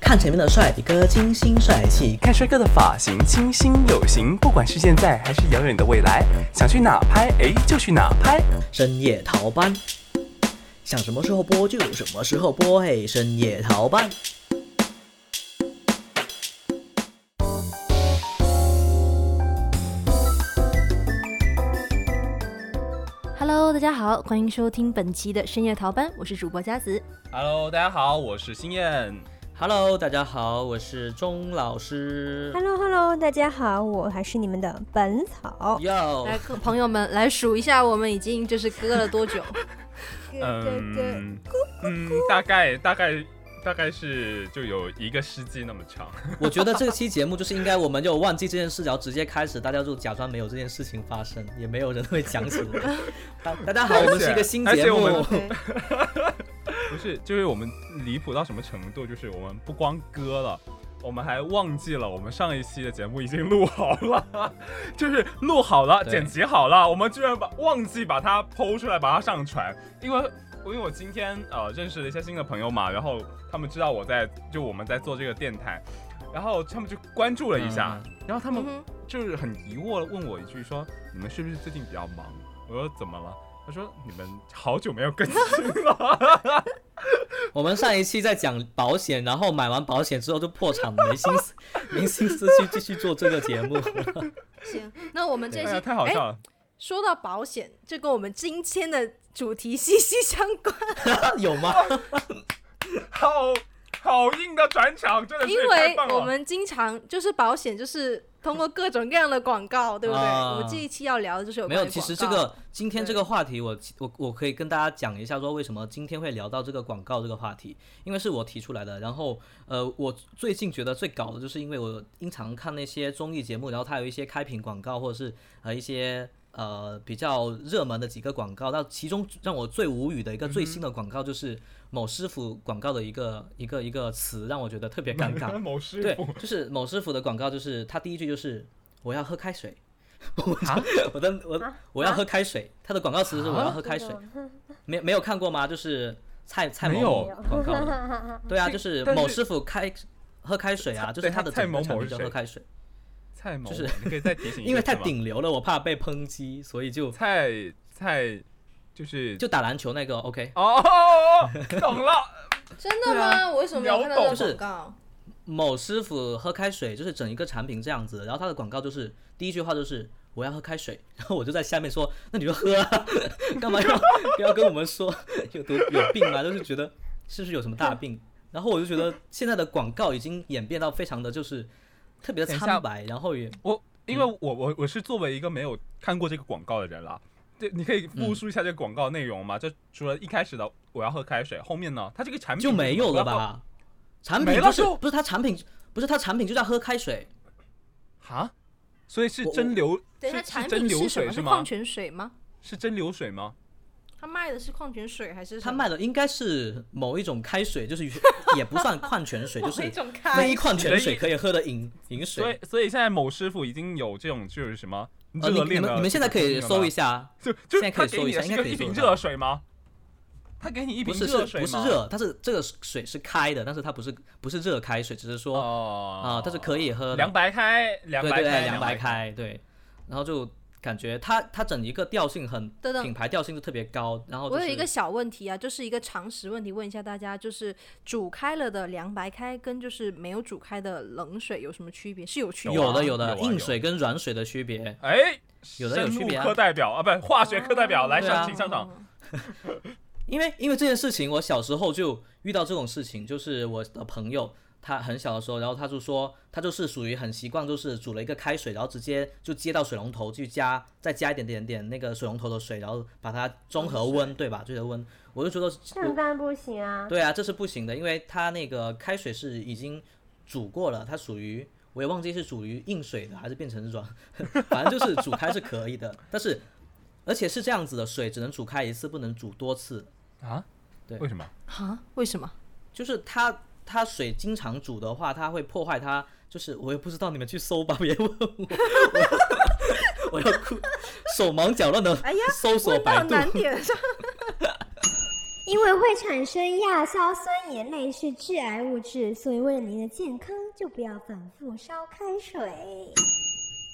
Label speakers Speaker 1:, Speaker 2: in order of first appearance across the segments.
Speaker 1: 看前面的帅哥清新帅气，
Speaker 2: 看帅哥的发型清新有型，不管是现在还是遥远的未来，想去哪拍哎就去哪拍。
Speaker 1: 深夜逃班，想什么时候播就什么时候播，嘿，深夜逃班。
Speaker 3: Hello，大家好，欢迎收听本期的深夜逃班，我是主播佳子。
Speaker 4: Hello，大家好，我是星燕。
Speaker 1: Hello，大家好，我是钟老师。
Speaker 5: Hello Hello，大家好，我还是你们的本草。
Speaker 1: 哟，
Speaker 3: 来，各朋友们来数一下，我们已经就是割了 多久？
Speaker 5: 对
Speaker 4: 嗯嗯，大概大概大概是就有一个世纪那么长。
Speaker 1: 我觉得这期节目就是应该我们就忘记这件事，然后直接开始，大家就假装没有这件事情发生，也没有人会讲起 来。大大家好，我们是一个新
Speaker 4: 而且
Speaker 1: 节
Speaker 4: 我
Speaker 1: 目
Speaker 4: 们，
Speaker 3: 对，
Speaker 4: 不是，就是我们离谱到什么程度？就是我们不光割了，我们还忘记了我们上一期的节目已经录好了， 就是录好了，
Speaker 1: 对
Speaker 4: 剪辑好了，我们居然把忘记把它剖出来，把它上传，因为。因为我今天呃认识了一些新的朋友嘛，然后他们知道我在就我们在做这个电台，然后他们就关注了一下，然后他们
Speaker 3: 嗯哼
Speaker 4: 就是很疑惑地问我一句说：“你们是不是最近比较忙？”我说：“怎么了？”他说：“你们好久没有更新了。
Speaker 1: 我们上一期在讲保险，然后买完保险之后就破产，没心思，没心思去继续做这个 节目。
Speaker 3: 行，那我们”这
Speaker 4: 哎
Speaker 3: 期
Speaker 4: 呀，太好笑
Speaker 3: 哎
Speaker 4: 了！
Speaker 3: 说到保险，这跟我们今天的主题息息相 关，
Speaker 1: 有吗？
Speaker 4: 好好硬的转场，真的是
Speaker 3: 因
Speaker 4: 太
Speaker 3: 为
Speaker 4: 棒
Speaker 3: 我
Speaker 4: 了。。
Speaker 3: 们经常就是保险，就是通过各种各样的广告，对不对？
Speaker 1: 啊
Speaker 3: 我们这一期要聊的就是有
Speaker 1: 没
Speaker 3: 关于
Speaker 1: 有，其实这
Speaker 3: 广告
Speaker 1: 个今天这个话题我，我我可以跟大家讲一下，说为什么今天会聊到这个广告这个话题，因为是我提出来的。然后，呃，我最近觉得最搞的就是因为我经常看那些综艺节目，然后它有一些开屏广告，或者是呃一些呃比较热门的几个广告。那其中让我最无语的一个最新的广告就是某师傅广告的一个一个一个词，让我觉得特别尴尬
Speaker 4: 某师
Speaker 1: 对
Speaker 4: 傅，
Speaker 1: 就是某师傅的广告，就是他第一句就是我要喝开水。
Speaker 4: 啊
Speaker 1: 我我的我我要喝开水，他的广告词是
Speaker 4: 啊
Speaker 1: 我要喝开水，没没有看过吗？就是蔡蔡某
Speaker 4: 没
Speaker 1: 某
Speaker 4: 有
Speaker 1: 广告的，对啊，
Speaker 4: 这
Speaker 1: 就是
Speaker 4: 但是
Speaker 1: 某师傅开喝开水啊，就是
Speaker 4: 对
Speaker 1: 他的整个
Speaker 4: 蔡某
Speaker 1: 产
Speaker 4: 某
Speaker 1: 品
Speaker 4: 是
Speaker 1: 叫
Speaker 4: 谁
Speaker 1: 喝开水，
Speaker 4: 蔡某，
Speaker 1: 就是
Speaker 4: 你可以再提醒一下，
Speaker 1: 因为太
Speaker 4: 是吗
Speaker 1: 顶流了，我怕被抨击，所以就
Speaker 4: 蔡蔡就是
Speaker 1: 就打篮球那个 OK，
Speaker 4: 哦，哦哦懂 了。
Speaker 3: 真的吗？我为什么没有看到
Speaker 4: 啊秒懂
Speaker 3: 这
Speaker 1: 就
Speaker 3: 个
Speaker 1: 是
Speaker 3: 广告？
Speaker 1: 某师傅喝开水就是整一个产品这样子，然后他的广告就是第一句话就是我要喝开水， 然后我就在下面说那你就喝啊， 干嘛要不要跟我们说有毒有病吗？就是觉得是不是有什么大病？然后我就觉得现在的广告已经演变到非常的就是特别的
Speaker 4: 等一下
Speaker 1: 苍白，然后也
Speaker 4: 我因为我我我是作为一个没有看过这个广告的人啦，对，你可以复述一下这个广告内容
Speaker 1: 嗯
Speaker 4: 吗？就除了一开始的我要喝开水，后面呢，它这个产品
Speaker 1: 就没有了
Speaker 4: 是什么？
Speaker 1: 吧？产
Speaker 4: 没
Speaker 1: 品
Speaker 4: 了
Speaker 1: 就是
Speaker 4: 就
Speaker 1: 不是它产品不是它产品就叫喝开水，
Speaker 4: 哈，所以是
Speaker 1: 我
Speaker 4: 真流，
Speaker 3: 对，它
Speaker 4: 是
Speaker 3: 产
Speaker 4: 是
Speaker 3: 品
Speaker 4: 真
Speaker 3: 是
Speaker 4: 流
Speaker 3: 什
Speaker 4: 水
Speaker 3: 么？
Speaker 4: 是
Speaker 3: 是矿
Speaker 4: 吗？
Speaker 3: 泉水吗？
Speaker 4: 是真流水吗？
Speaker 3: 他卖的是矿泉水还
Speaker 4: 啊
Speaker 3: 是什
Speaker 1: 它
Speaker 3: 么
Speaker 1: 卖的应该是某一种开水，就是也不算矿泉 水，就
Speaker 3: 某一
Speaker 1: 是
Speaker 3: 种
Speaker 1: 非
Speaker 3: 开？
Speaker 1: 矿泉水
Speaker 4: 人
Speaker 1: 可以喝的饮饮水
Speaker 4: 所。以所以现在某师傅已经有这种就是什么
Speaker 1: 呃，你
Speaker 4: 热啊
Speaker 1: 你
Speaker 4: 恋的、
Speaker 1: 们你们现在可以搜一
Speaker 4: 下，
Speaker 1: 下，
Speaker 4: 就
Speaker 1: 现
Speaker 4: 就
Speaker 1: 在
Speaker 4: 是
Speaker 1: 可
Speaker 4: 他
Speaker 1: 以
Speaker 4: 给
Speaker 1: 搜一
Speaker 4: 你
Speaker 1: 下
Speaker 4: 的是
Speaker 1: 应
Speaker 4: 一个
Speaker 1: 该可以
Speaker 4: 一瓶
Speaker 1: 搜得到
Speaker 4: 热水吗？他给你一
Speaker 1: 不
Speaker 4: 瓶
Speaker 1: 是
Speaker 4: 热
Speaker 1: 是
Speaker 4: 水
Speaker 1: 不
Speaker 4: 吗？
Speaker 1: 是热，它是这个水是开的，但是它不是不是热开水，只是说
Speaker 4: 哦
Speaker 1: 啊，它是可以喝的，
Speaker 4: 凉白开，凉
Speaker 1: 对
Speaker 4: 白
Speaker 1: 对
Speaker 4: 开，
Speaker 1: 对，凉白
Speaker 4: 白开。
Speaker 1: 开对，然后就感觉它它整一个调性很
Speaker 3: 等等
Speaker 1: 品牌调性就特别高，然哦后就
Speaker 3: 我有一
Speaker 1: 是
Speaker 3: 个小问题啊，就是一个常识问题，问一下大家，就是煮开了的凉白开跟就是没有煮开的冷水有什么区别？是有区别
Speaker 4: 有
Speaker 1: 有
Speaker 4: 啊
Speaker 1: 的有的
Speaker 4: 有啊
Speaker 1: 硬
Speaker 4: 有
Speaker 1: 水跟软水的区别，
Speaker 4: 哎，
Speaker 1: 有的有
Speaker 4: 生
Speaker 1: 区
Speaker 4: 物
Speaker 1: 别啊
Speaker 4: 科代表啊，不，化学科代表来
Speaker 1: 对啊
Speaker 4: 上请上
Speaker 3: 哦
Speaker 4: 场。
Speaker 1: 因为因为这件事情，我小时候就遇到这种事情，就是我的朋友，他很小的时候，然后他就说，他就是属于很习惯，就是煮了一个开水，然后直接就接到水龙头去加，再加一点点点那个水龙头的水，然后把它中和温，对吧？中和温，我就觉得
Speaker 5: 这样当然不行啊！
Speaker 1: 对啊，这是不行的，因为它那个开水是已经煮过了，它属于我也忘记是属于硬水的还是变成软， 反正就是煮开是可以的，但是而且是这样子的，水只能煮开一次，不能煮多次。
Speaker 4: 啊？
Speaker 1: 对
Speaker 4: 为什么？
Speaker 3: 啊？为什么？
Speaker 1: 就是它它水经常煮的话，它会破坏它。就是我也不知道，你们去搜吧，别问我， 我我要哭，手忙脚乱的
Speaker 3: 哎呀
Speaker 1: 搜索
Speaker 3: 问
Speaker 1: 百
Speaker 3: 到
Speaker 1: 度。
Speaker 3: 难点上，
Speaker 6: 因为会产生亚硝酸盐类是致癌物质，所以为了您的健康，就不要反复烧开水。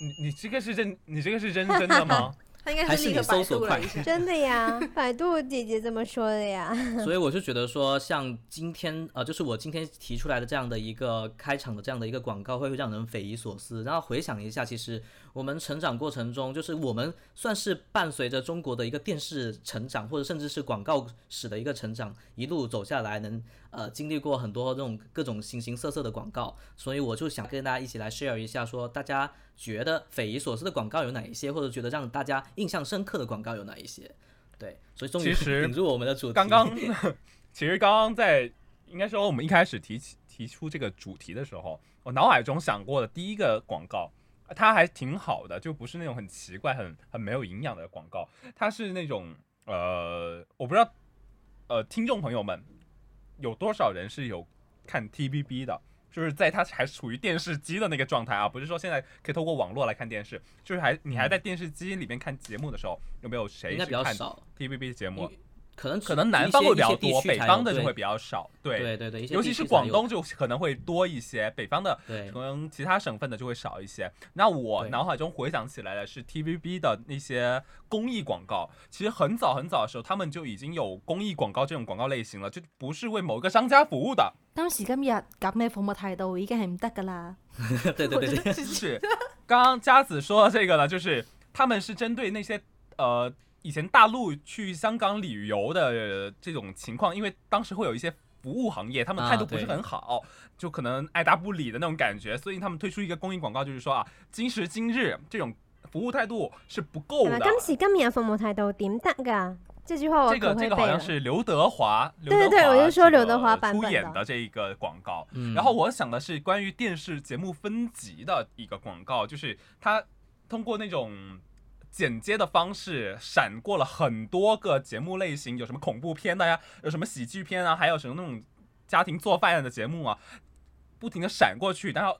Speaker 4: 你你这个是真，你这个是认真的吗？
Speaker 3: 他应该
Speaker 1: 还
Speaker 3: 是
Speaker 1: 是
Speaker 3: 立
Speaker 1: 你
Speaker 3: 刻百
Speaker 1: 搜索
Speaker 3: 度了
Speaker 1: 快
Speaker 3: 一下。
Speaker 5: 真的 呀，百度姐姐这么说的呀。
Speaker 1: 所以我是觉得说，像今天呃，就是我今天提出来的这样的一个开场的这样的一个广告，会让人匪夷所思。然后回想一下，其实我们成长过程中，就是我们算是伴随着中国的一个电视成长，或者甚至是广告史的一个成长，一路走下来能，呃经历过很多这种各种形形色色的广告。所以我就想跟大家一起来 share 一下，说大家觉得匪夷所思的广告有哪一些，或者觉得让大家印象深刻的广告有哪一些？对，所以终于
Speaker 4: 其 实
Speaker 1: 引入我们的主题。
Speaker 4: 刚刚 其实刚刚在应该说我们一开始提起提出这个主题的时候，我脑海中想过的第一个广告，它还挺好的，就不是那种很奇怪、很很没有营养的广告，它是那种呃，我不知道呃，听众朋友们有多少人是有看 TVB 的？就是在它还处于电视机的那个状态啊，不是说现在可以透过网络来看电视，就是还你还在电视机里面看节目的时候，有没有谁
Speaker 1: 嗯应该
Speaker 4: 是
Speaker 1: 比较
Speaker 4: 看
Speaker 1: 少
Speaker 4: TVB 节目？
Speaker 1: 可能
Speaker 4: 可能南方会比较多，北方的就会比
Speaker 1: 较
Speaker 4: 较少。对
Speaker 1: 对对对，一些
Speaker 4: 尤
Speaker 1: 地
Speaker 4: 其是
Speaker 1: 区才
Speaker 4: 广
Speaker 1: 有
Speaker 4: 东就可能会多一些，北方的
Speaker 1: 对
Speaker 4: 可能其他省份的就会少一些。那我
Speaker 1: 对
Speaker 4: 脑海中回想起来的是 TVB 的那些公益广告，其实很早很早的时候，他们就已经有公益广告这种广告类型了，就不是为某个商家服务的。
Speaker 3: 當時今日咁嘅服務態度已經係唔得㗎啦。
Speaker 1: 对对对对，
Speaker 4: 是，刚刚佳子说的这个呢，就是他们是针对那些呃以前大陆去香港旅游的呃这种情况，因为当时会有一些服务行业，他们
Speaker 1: 啊
Speaker 4: 态度不是
Speaker 1: 对
Speaker 4: 很好，就可能爱答不理的那种感觉，所以他们推出一个公益广告，就是说啊，今时今日这种服务态度是不
Speaker 3: 哦
Speaker 4: 够
Speaker 5: 啊
Speaker 4: 的。
Speaker 5: 今時今日服務態度點得㗎？這句話我
Speaker 4: 这
Speaker 5: 可
Speaker 4: 个这
Speaker 5: 會
Speaker 4: 个
Speaker 5: 背啊
Speaker 4: 好
Speaker 5: 了
Speaker 4: 像。是刘德华，刘
Speaker 5: 对对
Speaker 4: 德
Speaker 5: 对
Speaker 4: 华
Speaker 5: 我就说
Speaker 4: 这个
Speaker 5: 刘德华版本
Speaker 4: 出演
Speaker 5: 的
Speaker 4: 的这一个广告。
Speaker 1: 嗯
Speaker 4: 然后我想的是关于电视节目分级的一个广告，就是它通过那种剪接的方式闪过了很多个节目类型，有什么恐怖片的呀，有什么喜剧片啊，还有什么那种家庭做饭的节目啊，不停的闪过去。然后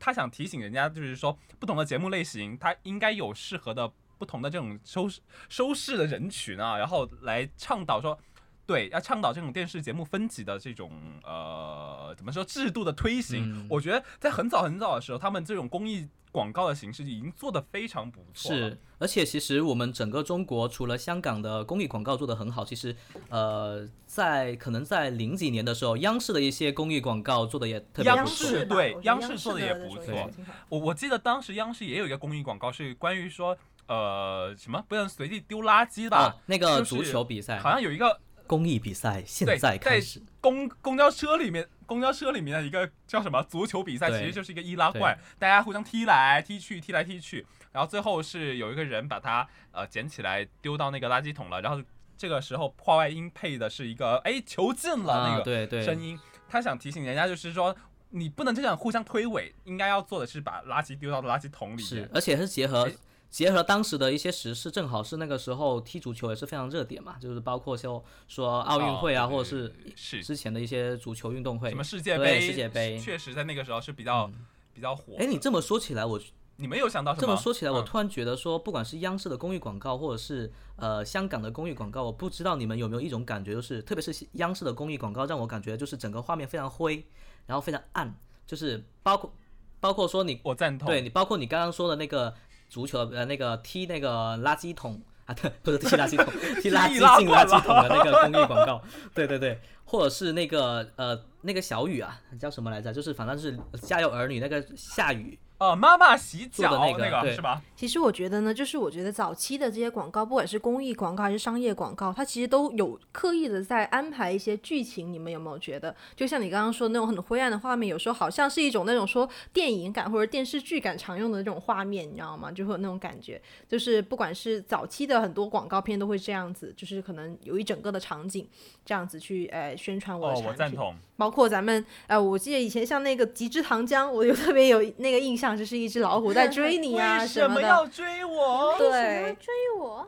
Speaker 4: 他想提醒人家，就是说不同的节目类型，它应该有适合的不同的这种收视收视的人群啊，然后来倡导说。对，要倡导这种电视节目分级的这种呃，怎么说制度的推行，
Speaker 1: 嗯
Speaker 4: 我觉得在很早很早的时候，他们这种公益广告的形式已经做得非常不错了。
Speaker 1: 是，而且其实我们整个中国除了香港的公益广告做得很好，其实呃，在可能在零几年的时候，央视的一些公益广告做的也特别
Speaker 4: 央
Speaker 1: 不
Speaker 4: 视
Speaker 1: 错。
Speaker 4: 是对央视做
Speaker 3: 的
Speaker 4: 得也不
Speaker 1: 错
Speaker 4: 我我记得当时央视也有一个公益广告，是关于说呃什么不能随地丢垃圾吧？
Speaker 1: 啊，那个
Speaker 4: 就是
Speaker 1: 足球比赛，
Speaker 4: 好像有一个
Speaker 1: 公益比赛现
Speaker 4: 对，
Speaker 1: 在开始
Speaker 4: 在，公公交车里面，公交车里面的一个叫什么足球比赛，
Speaker 1: 对
Speaker 4: 其实就是一个易拉罐，大家互相踢来踢去，踢来踢去，然后最后是有一个人把它呃捡起来丢到那个垃圾桶了，然后这个时候话外音配的是一个哎球进了、
Speaker 1: 啊，
Speaker 4: 那
Speaker 1: 对
Speaker 4: 个
Speaker 1: 对，
Speaker 4: 声音，他想提醒人家就是说。你不能这样互相推诿，应该要做的是把垃圾丢到垃圾桶里
Speaker 1: 是
Speaker 4: 面，。
Speaker 1: 而且是结合
Speaker 4: 谁
Speaker 1: 结合当时的一些时事，正好是那个时候踢足球也是非常热点嘛，就是包括像说奥运会啊，
Speaker 4: 哦对
Speaker 1: 或者是
Speaker 4: 是
Speaker 1: 之前的一些足球运动会
Speaker 4: 什么世界
Speaker 1: 对
Speaker 4: 杯？嗯
Speaker 1: 世界杯
Speaker 4: 确实在那个时候是比较、比较火。
Speaker 1: 哎，你这么说起来，我
Speaker 4: 你们有想到什么？
Speaker 1: 这么说起来，我
Speaker 4: 嗯
Speaker 1: 突然觉得说，不管是央视的公益广告，或者是呃香港的公益广告，我不知道你们有没有一种感觉，就是特别是央视的公益广告，让我感觉就是整个画面非常灰，然后非常暗，就是包括包括说你
Speaker 4: 我赞同。
Speaker 1: 对你，包括你刚刚说的那个足球呃那个踢那个垃圾桶啊，对，不是踢垃圾桶，踢 垃
Speaker 4: 易拉
Speaker 1: 圾进垃
Speaker 4: 罐
Speaker 1: 圾桶的那个公益广告，对对对，或者是那个呃那个小雨啊，叫什么来着？就是反正是《家有儿女》那个夏雨，
Speaker 4: 哦，妈妈洗
Speaker 1: 做
Speaker 4: 脚
Speaker 1: 的那个对
Speaker 4: 是吧？
Speaker 3: 其实我觉得呢，就是我觉得早期的这些广告，不管是公益广告还是商业广告，它其实都有刻意的在安排一些剧情。你们有没有觉得，就像你刚刚说的那种很灰暗的画面，有时候好像是一种那种说电影感或者电视剧感常用的那种画面，你知道吗？就会有那种感觉，就是不管是早期的很多广告片都会这样子，就是可能有一整个的场景这样子去呃宣传我
Speaker 4: 哦
Speaker 3: 的，
Speaker 4: 我
Speaker 3: 产
Speaker 4: 赞
Speaker 3: 品。
Speaker 4: 同。
Speaker 3: 包括咱们，呃，我记得以前像那个《极致糖浆》，我有特别有那个印象，就是一只老虎 在追你啊
Speaker 4: 为什
Speaker 3: 么
Speaker 4: 么
Speaker 3: 的
Speaker 4: 要。追我？
Speaker 3: 对，
Speaker 5: 追我？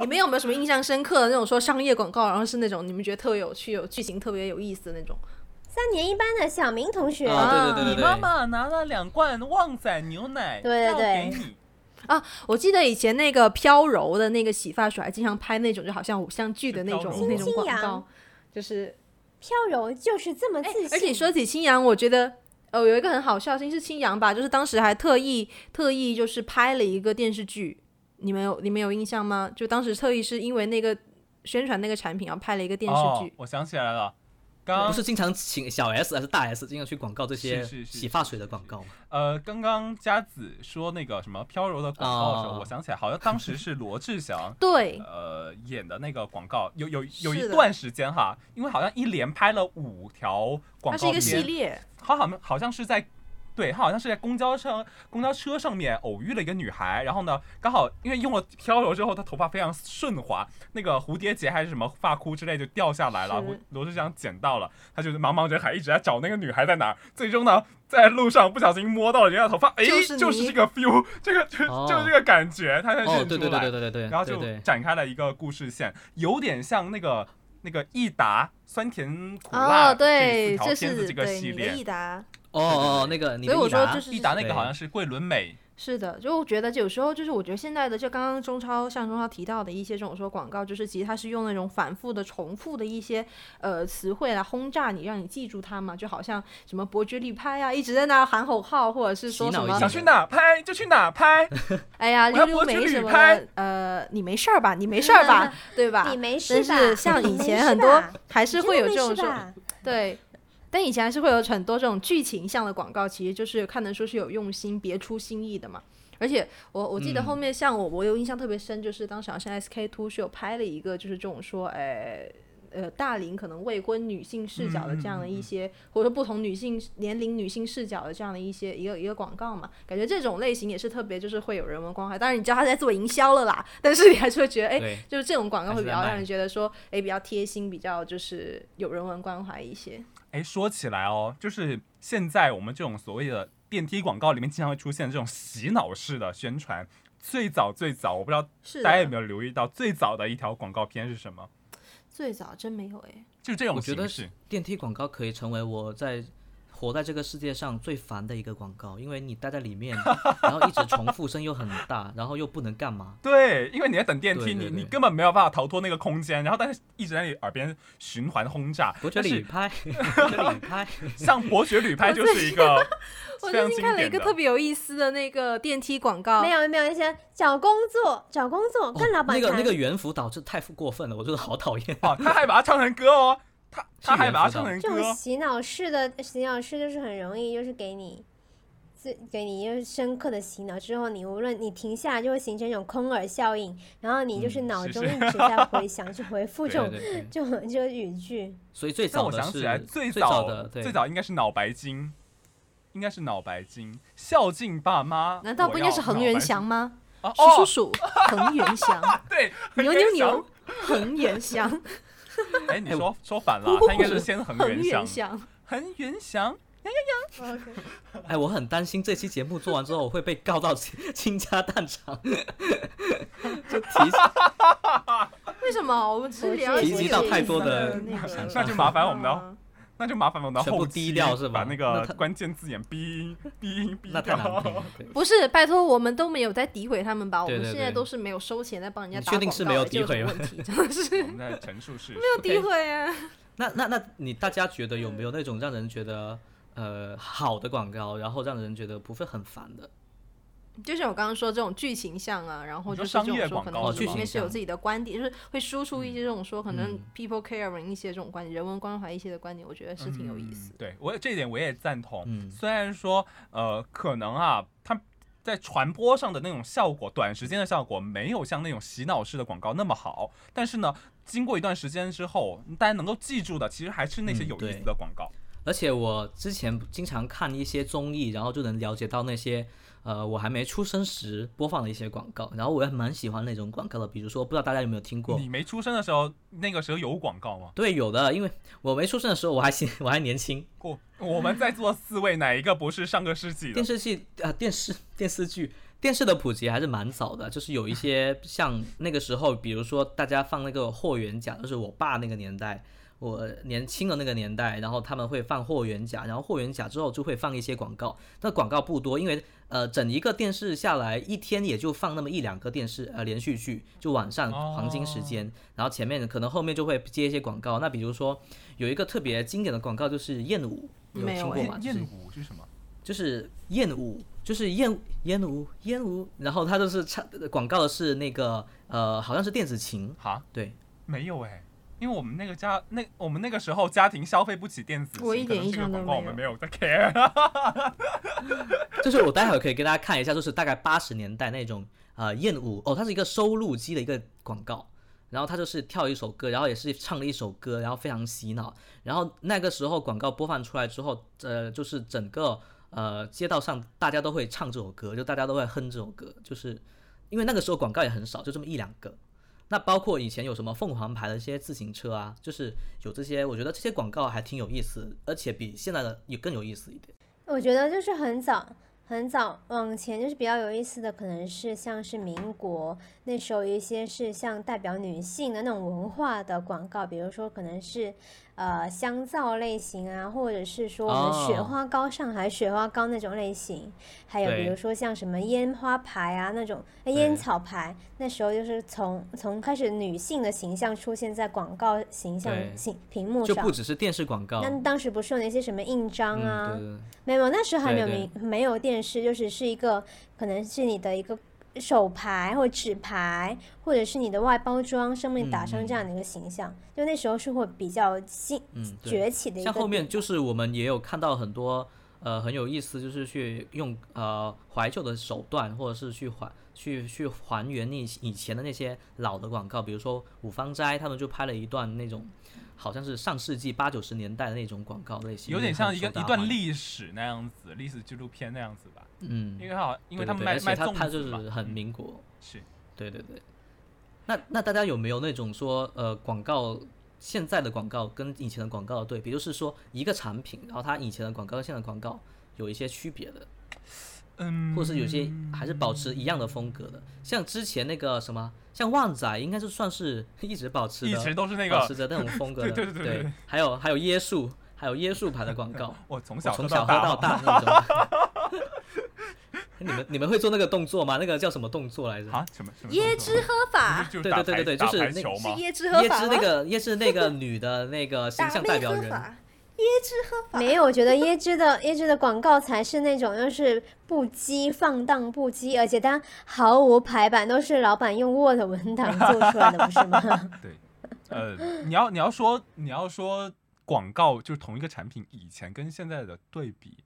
Speaker 3: 你们有没有什么印象深刻的那种说商业广告，然后是那种你们觉得特有趣、有剧情特别有意思的那种？
Speaker 5: 三年一班的小明同学，
Speaker 1: 啊，对对对对
Speaker 4: 你
Speaker 1: 对，
Speaker 4: 妈妈拿了两罐旺仔牛奶，
Speaker 5: 对对对
Speaker 4: 要给你。
Speaker 3: 我记得以前那个飘柔的那个洗发水，还经常拍那种就好像偶像剧的那
Speaker 4: 是飘
Speaker 3: 种
Speaker 4: 柔
Speaker 3: 那种广
Speaker 6: 清扬
Speaker 3: 告，就是。
Speaker 6: 飘柔就是这么
Speaker 3: 哎
Speaker 6: 自信。
Speaker 3: 而且说起青扬，我觉得呃有一个很好笑的事情是青扬吧，就是当时还特意特意就是拍了一个电视剧，你们有你们有印象吗？就当时特意是因为那个宣传那个产品，然后拍了一个电视
Speaker 4: 哦
Speaker 3: 剧。，
Speaker 4: 我想起来了，刚
Speaker 1: 不是经常请小 S 还是大 S 经常去广告这些
Speaker 4: 是是是
Speaker 1: 洗发水的广告吗？
Speaker 4: 呃，刚刚佳子说那个什么飘柔的广告的时候，
Speaker 1: 哦
Speaker 4: 我想起来，好像当时是罗志祥
Speaker 3: 对，
Speaker 4: 呃演的那个广告，有有有
Speaker 3: 是
Speaker 4: 一
Speaker 3: 的
Speaker 4: 段时间哈，因为好像一连拍了五条广
Speaker 3: 它
Speaker 4: 告片，
Speaker 3: 是一个系列，
Speaker 4: 他好像好像是在，对他好像是在公交车公交车上面偶遇了一个女孩，然后呢，刚好因为用了飘柔之后，她头发非常顺滑，那个蝴蝶结还是什么发箍之类就掉下来了，
Speaker 3: 是
Speaker 4: 罗罗志祥捡到了，他就是茫茫人海一直在找那个女孩在哪儿，最终呢，在路上不小心摸到了人家的头发，哎，
Speaker 3: 就
Speaker 4: 就是是
Speaker 3: 你
Speaker 4: 这个 feel，这个 就
Speaker 1: 哦
Speaker 4: 就是这个感觉，他才认出来。
Speaker 1: 哦，对对对对对对对，
Speaker 4: 然后
Speaker 1: 对
Speaker 4: 就
Speaker 1: 对
Speaker 4: 展开了一个故事线，有点像那个那个益达酸甜苦辣
Speaker 3: 哦，对，
Speaker 4: 这
Speaker 3: 这
Speaker 4: 四条片
Speaker 3: 是
Speaker 4: 子这个
Speaker 3: 对
Speaker 4: 系
Speaker 3: 你的
Speaker 4: 列
Speaker 3: 益。达，
Speaker 1: 哦哦哦那个你
Speaker 3: 所
Speaker 1: 的
Speaker 3: 以我
Speaker 1: 益
Speaker 3: 说
Speaker 1: 达
Speaker 3: 就是
Speaker 4: 益达那个
Speaker 1: 对
Speaker 4: 好像是桂纶镁，
Speaker 3: 是的，就我觉得有时候就是，我觉得现在的就刚刚中超像中超提到的一些这种说广告，就是其实它是用那种反复的、重复的一些呃词汇来轰炸你，让你记住它嘛，就好像什么伯爵绿派啊，一直在那喊口号，或者是说
Speaker 1: 洗
Speaker 3: 什
Speaker 1: 脑一
Speaker 3: 么
Speaker 1: 下
Speaker 4: 想去哪拍就去哪拍，
Speaker 3: 哎呀
Speaker 4: 我要
Speaker 3: 溜溜
Speaker 4: 伯爵
Speaker 3: 梅
Speaker 4: 绿
Speaker 3: 什么
Speaker 4: 派
Speaker 3: 的，呃，你没事儿吧？你没事儿吧？ 对吧？
Speaker 6: 你没事
Speaker 3: 但
Speaker 6: 吧？
Speaker 3: 是像以
Speaker 6: 你没
Speaker 3: 前
Speaker 6: 事
Speaker 3: 很多
Speaker 6: 吧
Speaker 3: 还是会有这
Speaker 6: 你真
Speaker 3: 种
Speaker 6: 的没事
Speaker 3: 说
Speaker 6: 吧
Speaker 3: 对，但以前还是会有很多这种剧情向的广告，其实就是看得出是有用心、别出心意的嘛。而且我我记得
Speaker 4: 嗯
Speaker 3: 后面像我，我有印象特别深，就是当时好像 SK two 是有拍了一个，就是这种说，哎。呃，大龄可能未婚女性视角的这样的一些，或者说不同女性年龄女性视角的这样的一些一个一个广告嘛，感觉这种类型也是特别，就是会有人文关怀。当然，你知道他在做营销了啦，但是你还是会觉得，哎，
Speaker 1: 对
Speaker 3: 就是这种广告
Speaker 1: 还
Speaker 3: 会
Speaker 1: 是
Speaker 3: 比
Speaker 1: 在
Speaker 3: 较让
Speaker 1: 卖
Speaker 3: 人觉得说，哎，比较贴心，比较就是有人文关怀一些。
Speaker 4: 哎，说起来哦，就是现在我们这种所谓的电梯广告里面经常会出现这种洗脑式的宣传。最早最早，我不知道
Speaker 3: 是啊
Speaker 4: 大家有
Speaker 3: 的，
Speaker 4: 没有留意到，最早的一条广告片是什么？
Speaker 3: 最早真没有哎，
Speaker 4: 就是这种
Speaker 1: 我觉
Speaker 4: 形
Speaker 1: 得
Speaker 4: 式。
Speaker 1: 电梯广告可以成为我在活在这个世界上最烦的一个广告，因为你待在里面，然后一直重复，声音又很大，然后又不能干嘛。
Speaker 4: 对，因为你在等电梯，
Speaker 1: 对对
Speaker 4: 你你
Speaker 1: 对
Speaker 4: 根本没有办法逃脱那个空间，然后但是一直在你耳边循环轰炸。
Speaker 1: 伯爵
Speaker 4: 但
Speaker 1: 旅
Speaker 4: 是
Speaker 1: 拍，伯爵旅 拍，哦
Speaker 4: 像伯爵旅拍就是一个
Speaker 3: 我
Speaker 4: 非
Speaker 3: 最
Speaker 4: 常
Speaker 3: 近
Speaker 4: 经
Speaker 3: 看了一
Speaker 4: 典
Speaker 3: 个特
Speaker 4: 的。
Speaker 3: 别有意思的那个电梯广告，
Speaker 6: 没有没有一些找工作，找工作
Speaker 1: 哦
Speaker 6: 跟老板
Speaker 1: 那个
Speaker 6: 谈
Speaker 1: 那个猿辅导这太过分了，我觉得好讨 厌。
Speaker 4: 哦，他还把它唱成歌哦，他他还把它唱成
Speaker 6: 这种
Speaker 4: 歌，哦
Speaker 6: 洗脑式的洗脑式就是很容易，就是给你自给你就是深刻的洗脑之后，你无论你停下来，就会形成一种空耳效应，然后你就是
Speaker 4: 嗯
Speaker 6: 脑
Speaker 4: 是
Speaker 6: 中
Speaker 4: 是
Speaker 6: 一直在回想去回复
Speaker 1: 对
Speaker 6: 这种
Speaker 1: 对对，
Speaker 6: 这种这种语句。
Speaker 1: 所以最
Speaker 4: 让
Speaker 1: 早
Speaker 4: 我
Speaker 1: 的
Speaker 4: 想
Speaker 1: 是
Speaker 4: 起来最
Speaker 1: 早的对
Speaker 4: 最早应该是脑白金，应该是脑白金，孝敬爸妈。
Speaker 3: 难道不应该是
Speaker 4: 我要
Speaker 3: 恒
Speaker 4: 脑
Speaker 3: 源
Speaker 4: 白
Speaker 3: 祥
Speaker 4: 金？
Speaker 3: 吗？
Speaker 4: 哦
Speaker 3: 是叔
Speaker 4: 哦，
Speaker 3: 叔，恒源祥，
Speaker 4: 对，
Speaker 3: 牛
Speaker 4: 恒
Speaker 3: 牛
Speaker 4: 源
Speaker 3: 牛，恒源祥，
Speaker 4: 祥。哎，你说说反了
Speaker 3: 不不，不
Speaker 4: 他应该是先恒
Speaker 3: 恒源
Speaker 4: 源祥，
Speaker 3: 祥，
Speaker 4: 恒源祥。
Speaker 1: 哎，我很担心这期节目做完之后我会被告到 倾倾家荡产， 就提
Speaker 3: 为什么我们只是聊啊
Speaker 6: 提及到
Speaker 1: 太多的
Speaker 3: 那个？
Speaker 4: 那就麻烦我们了。那就麻烦我们的
Speaker 1: 全部
Speaker 4: 后
Speaker 1: 低
Speaker 4: 期
Speaker 1: 调是吧
Speaker 4: 把
Speaker 1: 那
Speaker 4: 那个
Speaker 1: 他
Speaker 4: 关键字眼逼音、逼音、逼
Speaker 1: 那太难听
Speaker 4: 掉。
Speaker 1: 了。对
Speaker 3: 不是，拜托，我们都没有在诋毁他们吧？我
Speaker 1: 对
Speaker 3: 们
Speaker 1: 对
Speaker 3: 现在
Speaker 1: 对
Speaker 3: 都是没有收钱在帮人家
Speaker 1: 你
Speaker 3: 打
Speaker 1: 确
Speaker 3: 广
Speaker 1: 定
Speaker 3: 告
Speaker 1: 是
Speaker 3: 的，
Speaker 1: 没有
Speaker 3: 这有
Speaker 1: 诋毁
Speaker 3: 什么
Speaker 1: 吗
Speaker 3: 问题，真 的 是
Speaker 4: 我们在陈述事实。
Speaker 3: 诋毁啊！
Speaker 1: 那那那你大家觉得有没有那种让人觉得呃好的广告，然后让人觉得不会很烦的？
Speaker 3: 就像我刚刚说这种剧情向啊，然后
Speaker 4: 你说
Speaker 3: 就是这
Speaker 4: 商
Speaker 3: 种
Speaker 4: 业
Speaker 3: 说
Speaker 4: 广
Speaker 3: 可
Speaker 4: 告
Speaker 3: 能
Speaker 1: 是
Speaker 3: 里
Speaker 1: 吧
Speaker 3: 面是
Speaker 1: 嗯
Speaker 3: 有自己的观点，就是会输出一些这种说可能
Speaker 1: 嗯
Speaker 3: people caring 一些这种观点，人文关怀一些的观点，我觉得是挺有意思
Speaker 4: 嗯。对我也这一点我也赞同。
Speaker 1: 嗯
Speaker 4: 虽然说呃，可能啊，它在传播上的那种效果，短时间的效果没有像那种洗脑式的广告那么好，但是呢，经过一段时间之后，大家能够记住的，其实还是那些
Speaker 1: 嗯
Speaker 4: 有意
Speaker 1: 对
Speaker 4: 思的广告。
Speaker 1: 而且我之前经常看一些综艺，然后就能了解到那些呃我还没出生时播放的一些广告，然后我也蛮喜欢那种广告的，比如说不知道大家有没有听过
Speaker 4: 你。没出生的时候，那个时候有广告吗？
Speaker 1: 对，有的，因为我没出生的时候我还行，我还年轻。
Speaker 4: 我我们在座四位哪一个不是上个世纪的
Speaker 1: 呃电？视剧啊、电视电视剧、电视的普及还是蛮早的，就是有一些像那个时候，比如说大家放那个霍元甲，就是我爸那个年代，我年轻的那个年代，然后他们会放霍元甲，然后霍元甲之后就会放一些广告，那广告不多，因为呃整一个电视下来一天也就放那么一两个电视呃连续剧，就晚上黄金时间，然后前面可能后面就会接一些广告，那比如说有一个特别经典的广告就是燕舞，你有
Speaker 3: 没有
Speaker 1: 听过
Speaker 3: 哎
Speaker 1: 吗？就
Speaker 4: 燕
Speaker 1: 是
Speaker 4: 燕舞是什么？
Speaker 1: 就是燕舞，就是燕燕舞燕舞，然后他就是唱广告的是那个呃，好像是电子琴，
Speaker 4: 哈，
Speaker 1: 对，
Speaker 4: 没有哎、因为我们那个家那我们那个时候家庭消费不起电子琴，
Speaker 3: 我一点
Speaker 4: 可能这个
Speaker 3: 印象都
Speaker 4: 广告我
Speaker 3: 没有
Speaker 4: 们没有在 care。
Speaker 1: 就是我待会儿可以跟大家看一下，就是大概八十年代那种呃燕舞哦，它是一个收录机的一个广告，然后它就是跳一首歌，然后也是唱了一首歌，然后非常洗脑，然后那个时候广告播放出来之后，呃，就是整个呃街道上大家都会唱这首歌，就大家都会哼这首歌，就是因为那个时候广告也很少，就这么一两个。那包括以前有什么凤凰牌的一些自行车啊，就是有这些，我觉得这些广告还挺有意思，而且比现在的也更有意思一点。
Speaker 6: 我觉得就是很早很早往前，就是比较有意思的，可能是像是民国那时候有一些是像代表女性的那种文化的广告，比如说可能是呃香皂类型啊，或者是说我们雪
Speaker 1: 哦
Speaker 6: 花膏、上海雪花膏那种类型，还有比
Speaker 1: 对
Speaker 6: 如说像什么烟花牌啊那种、呃烟
Speaker 1: 对
Speaker 6: 草牌，那时候就是从从开始女性的形象出现在广告形象
Speaker 1: 对
Speaker 6: 形屏幕
Speaker 1: 就
Speaker 6: 上
Speaker 1: 不。只是电视广告，
Speaker 6: 那当时不是有那些什么印章啊，
Speaker 1: 嗯、对对对
Speaker 6: 没有，那时候还没有
Speaker 1: 对
Speaker 6: 明没有电视，就是是一个可能是你的一个手牌或纸牌，或者是你的外包装上面打上这样的一个形象，就那时候是会比较新、
Speaker 1: 嗯对
Speaker 6: 崛起的一个
Speaker 1: 像
Speaker 6: 点。
Speaker 1: 后面就是我们也有看到很多呃很有意思，就是去用呃怀旧的手段，或者是去还去去还原那以前的那些老的广告，比如说五芳斋，他们就拍了一段那种好像是上世纪八九十年代的那种广告类型，
Speaker 4: 有点像一个
Speaker 1: 就是很受
Speaker 4: 一
Speaker 1: 大
Speaker 4: 段
Speaker 1: 欢迎，
Speaker 4: 历史那样子，历史纪录片那样子吧。
Speaker 1: 嗯，
Speaker 4: 因为好，因为
Speaker 1: 对
Speaker 4: 他们
Speaker 1: 对
Speaker 4: 卖
Speaker 1: 而且
Speaker 4: 卖嗯
Speaker 1: 他
Speaker 4: 粽
Speaker 1: 他就
Speaker 4: 子嘛，
Speaker 1: 是很民国，
Speaker 4: 是
Speaker 1: 对对对。那那大家有没有那种说呃广告现在的广告跟以前的广告的对比，就是说一个产品，然后它以前的广告跟现在的广告有一些区别的，
Speaker 4: 嗯，
Speaker 1: 或者是有些还是保持一样的风格的，像之前那个什么，像旺仔应该是算是一直保持
Speaker 4: 一
Speaker 1: 的，
Speaker 4: 直都是那
Speaker 1: 保
Speaker 4: 个
Speaker 1: 持，着那种风格 的，
Speaker 4: 对对对对对
Speaker 1: 还有还有椰树，还有椰树牌的广告，
Speaker 4: 我从
Speaker 1: 我
Speaker 4: 小
Speaker 1: 从
Speaker 4: 喝
Speaker 1: 小
Speaker 4: 到
Speaker 1: 喝到
Speaker 4: 大
Speaker 1: 大那种。 你们你们会做那个动作吗？那个叫什么动作来着？
Speaker 4: 啊，什么什么
Speaker 3: 椰
Speaker 4: 动作
Speaker 3: 汁喝法
Speaker 4: 就
Speaker 1: 对
Speaker 4: 打
Speaker 1: 对
Speaker 4: 排
Speaker 1: 对对对
Speaker 4: 打
Speaker 1: 就是
Speaker 4: 排
Speaker 1: 那
Speaker 4: 球
Speaker 3: 是
Speaker 4: 吗？
Speaker 3: 椰汁 喝
Speaker 1: 椰
Speaker 3: 法
Speaker 1: 汁
Speaker 3: 吗
Speaker 1: 那个椰汁那个女的那个形象代表人，
Speaker 3: 椰汁喝法
Speaker 6: 没有，我觉得椰汁的椰汁的广告才是那种就是不羁放荡不羁，而且它毫无排版，都是老板用 Word 文档做出来的，不是吗？
Speaker 4: 对，呃，你要你要说你要说广告就是同一个产品以前跟现在的对比，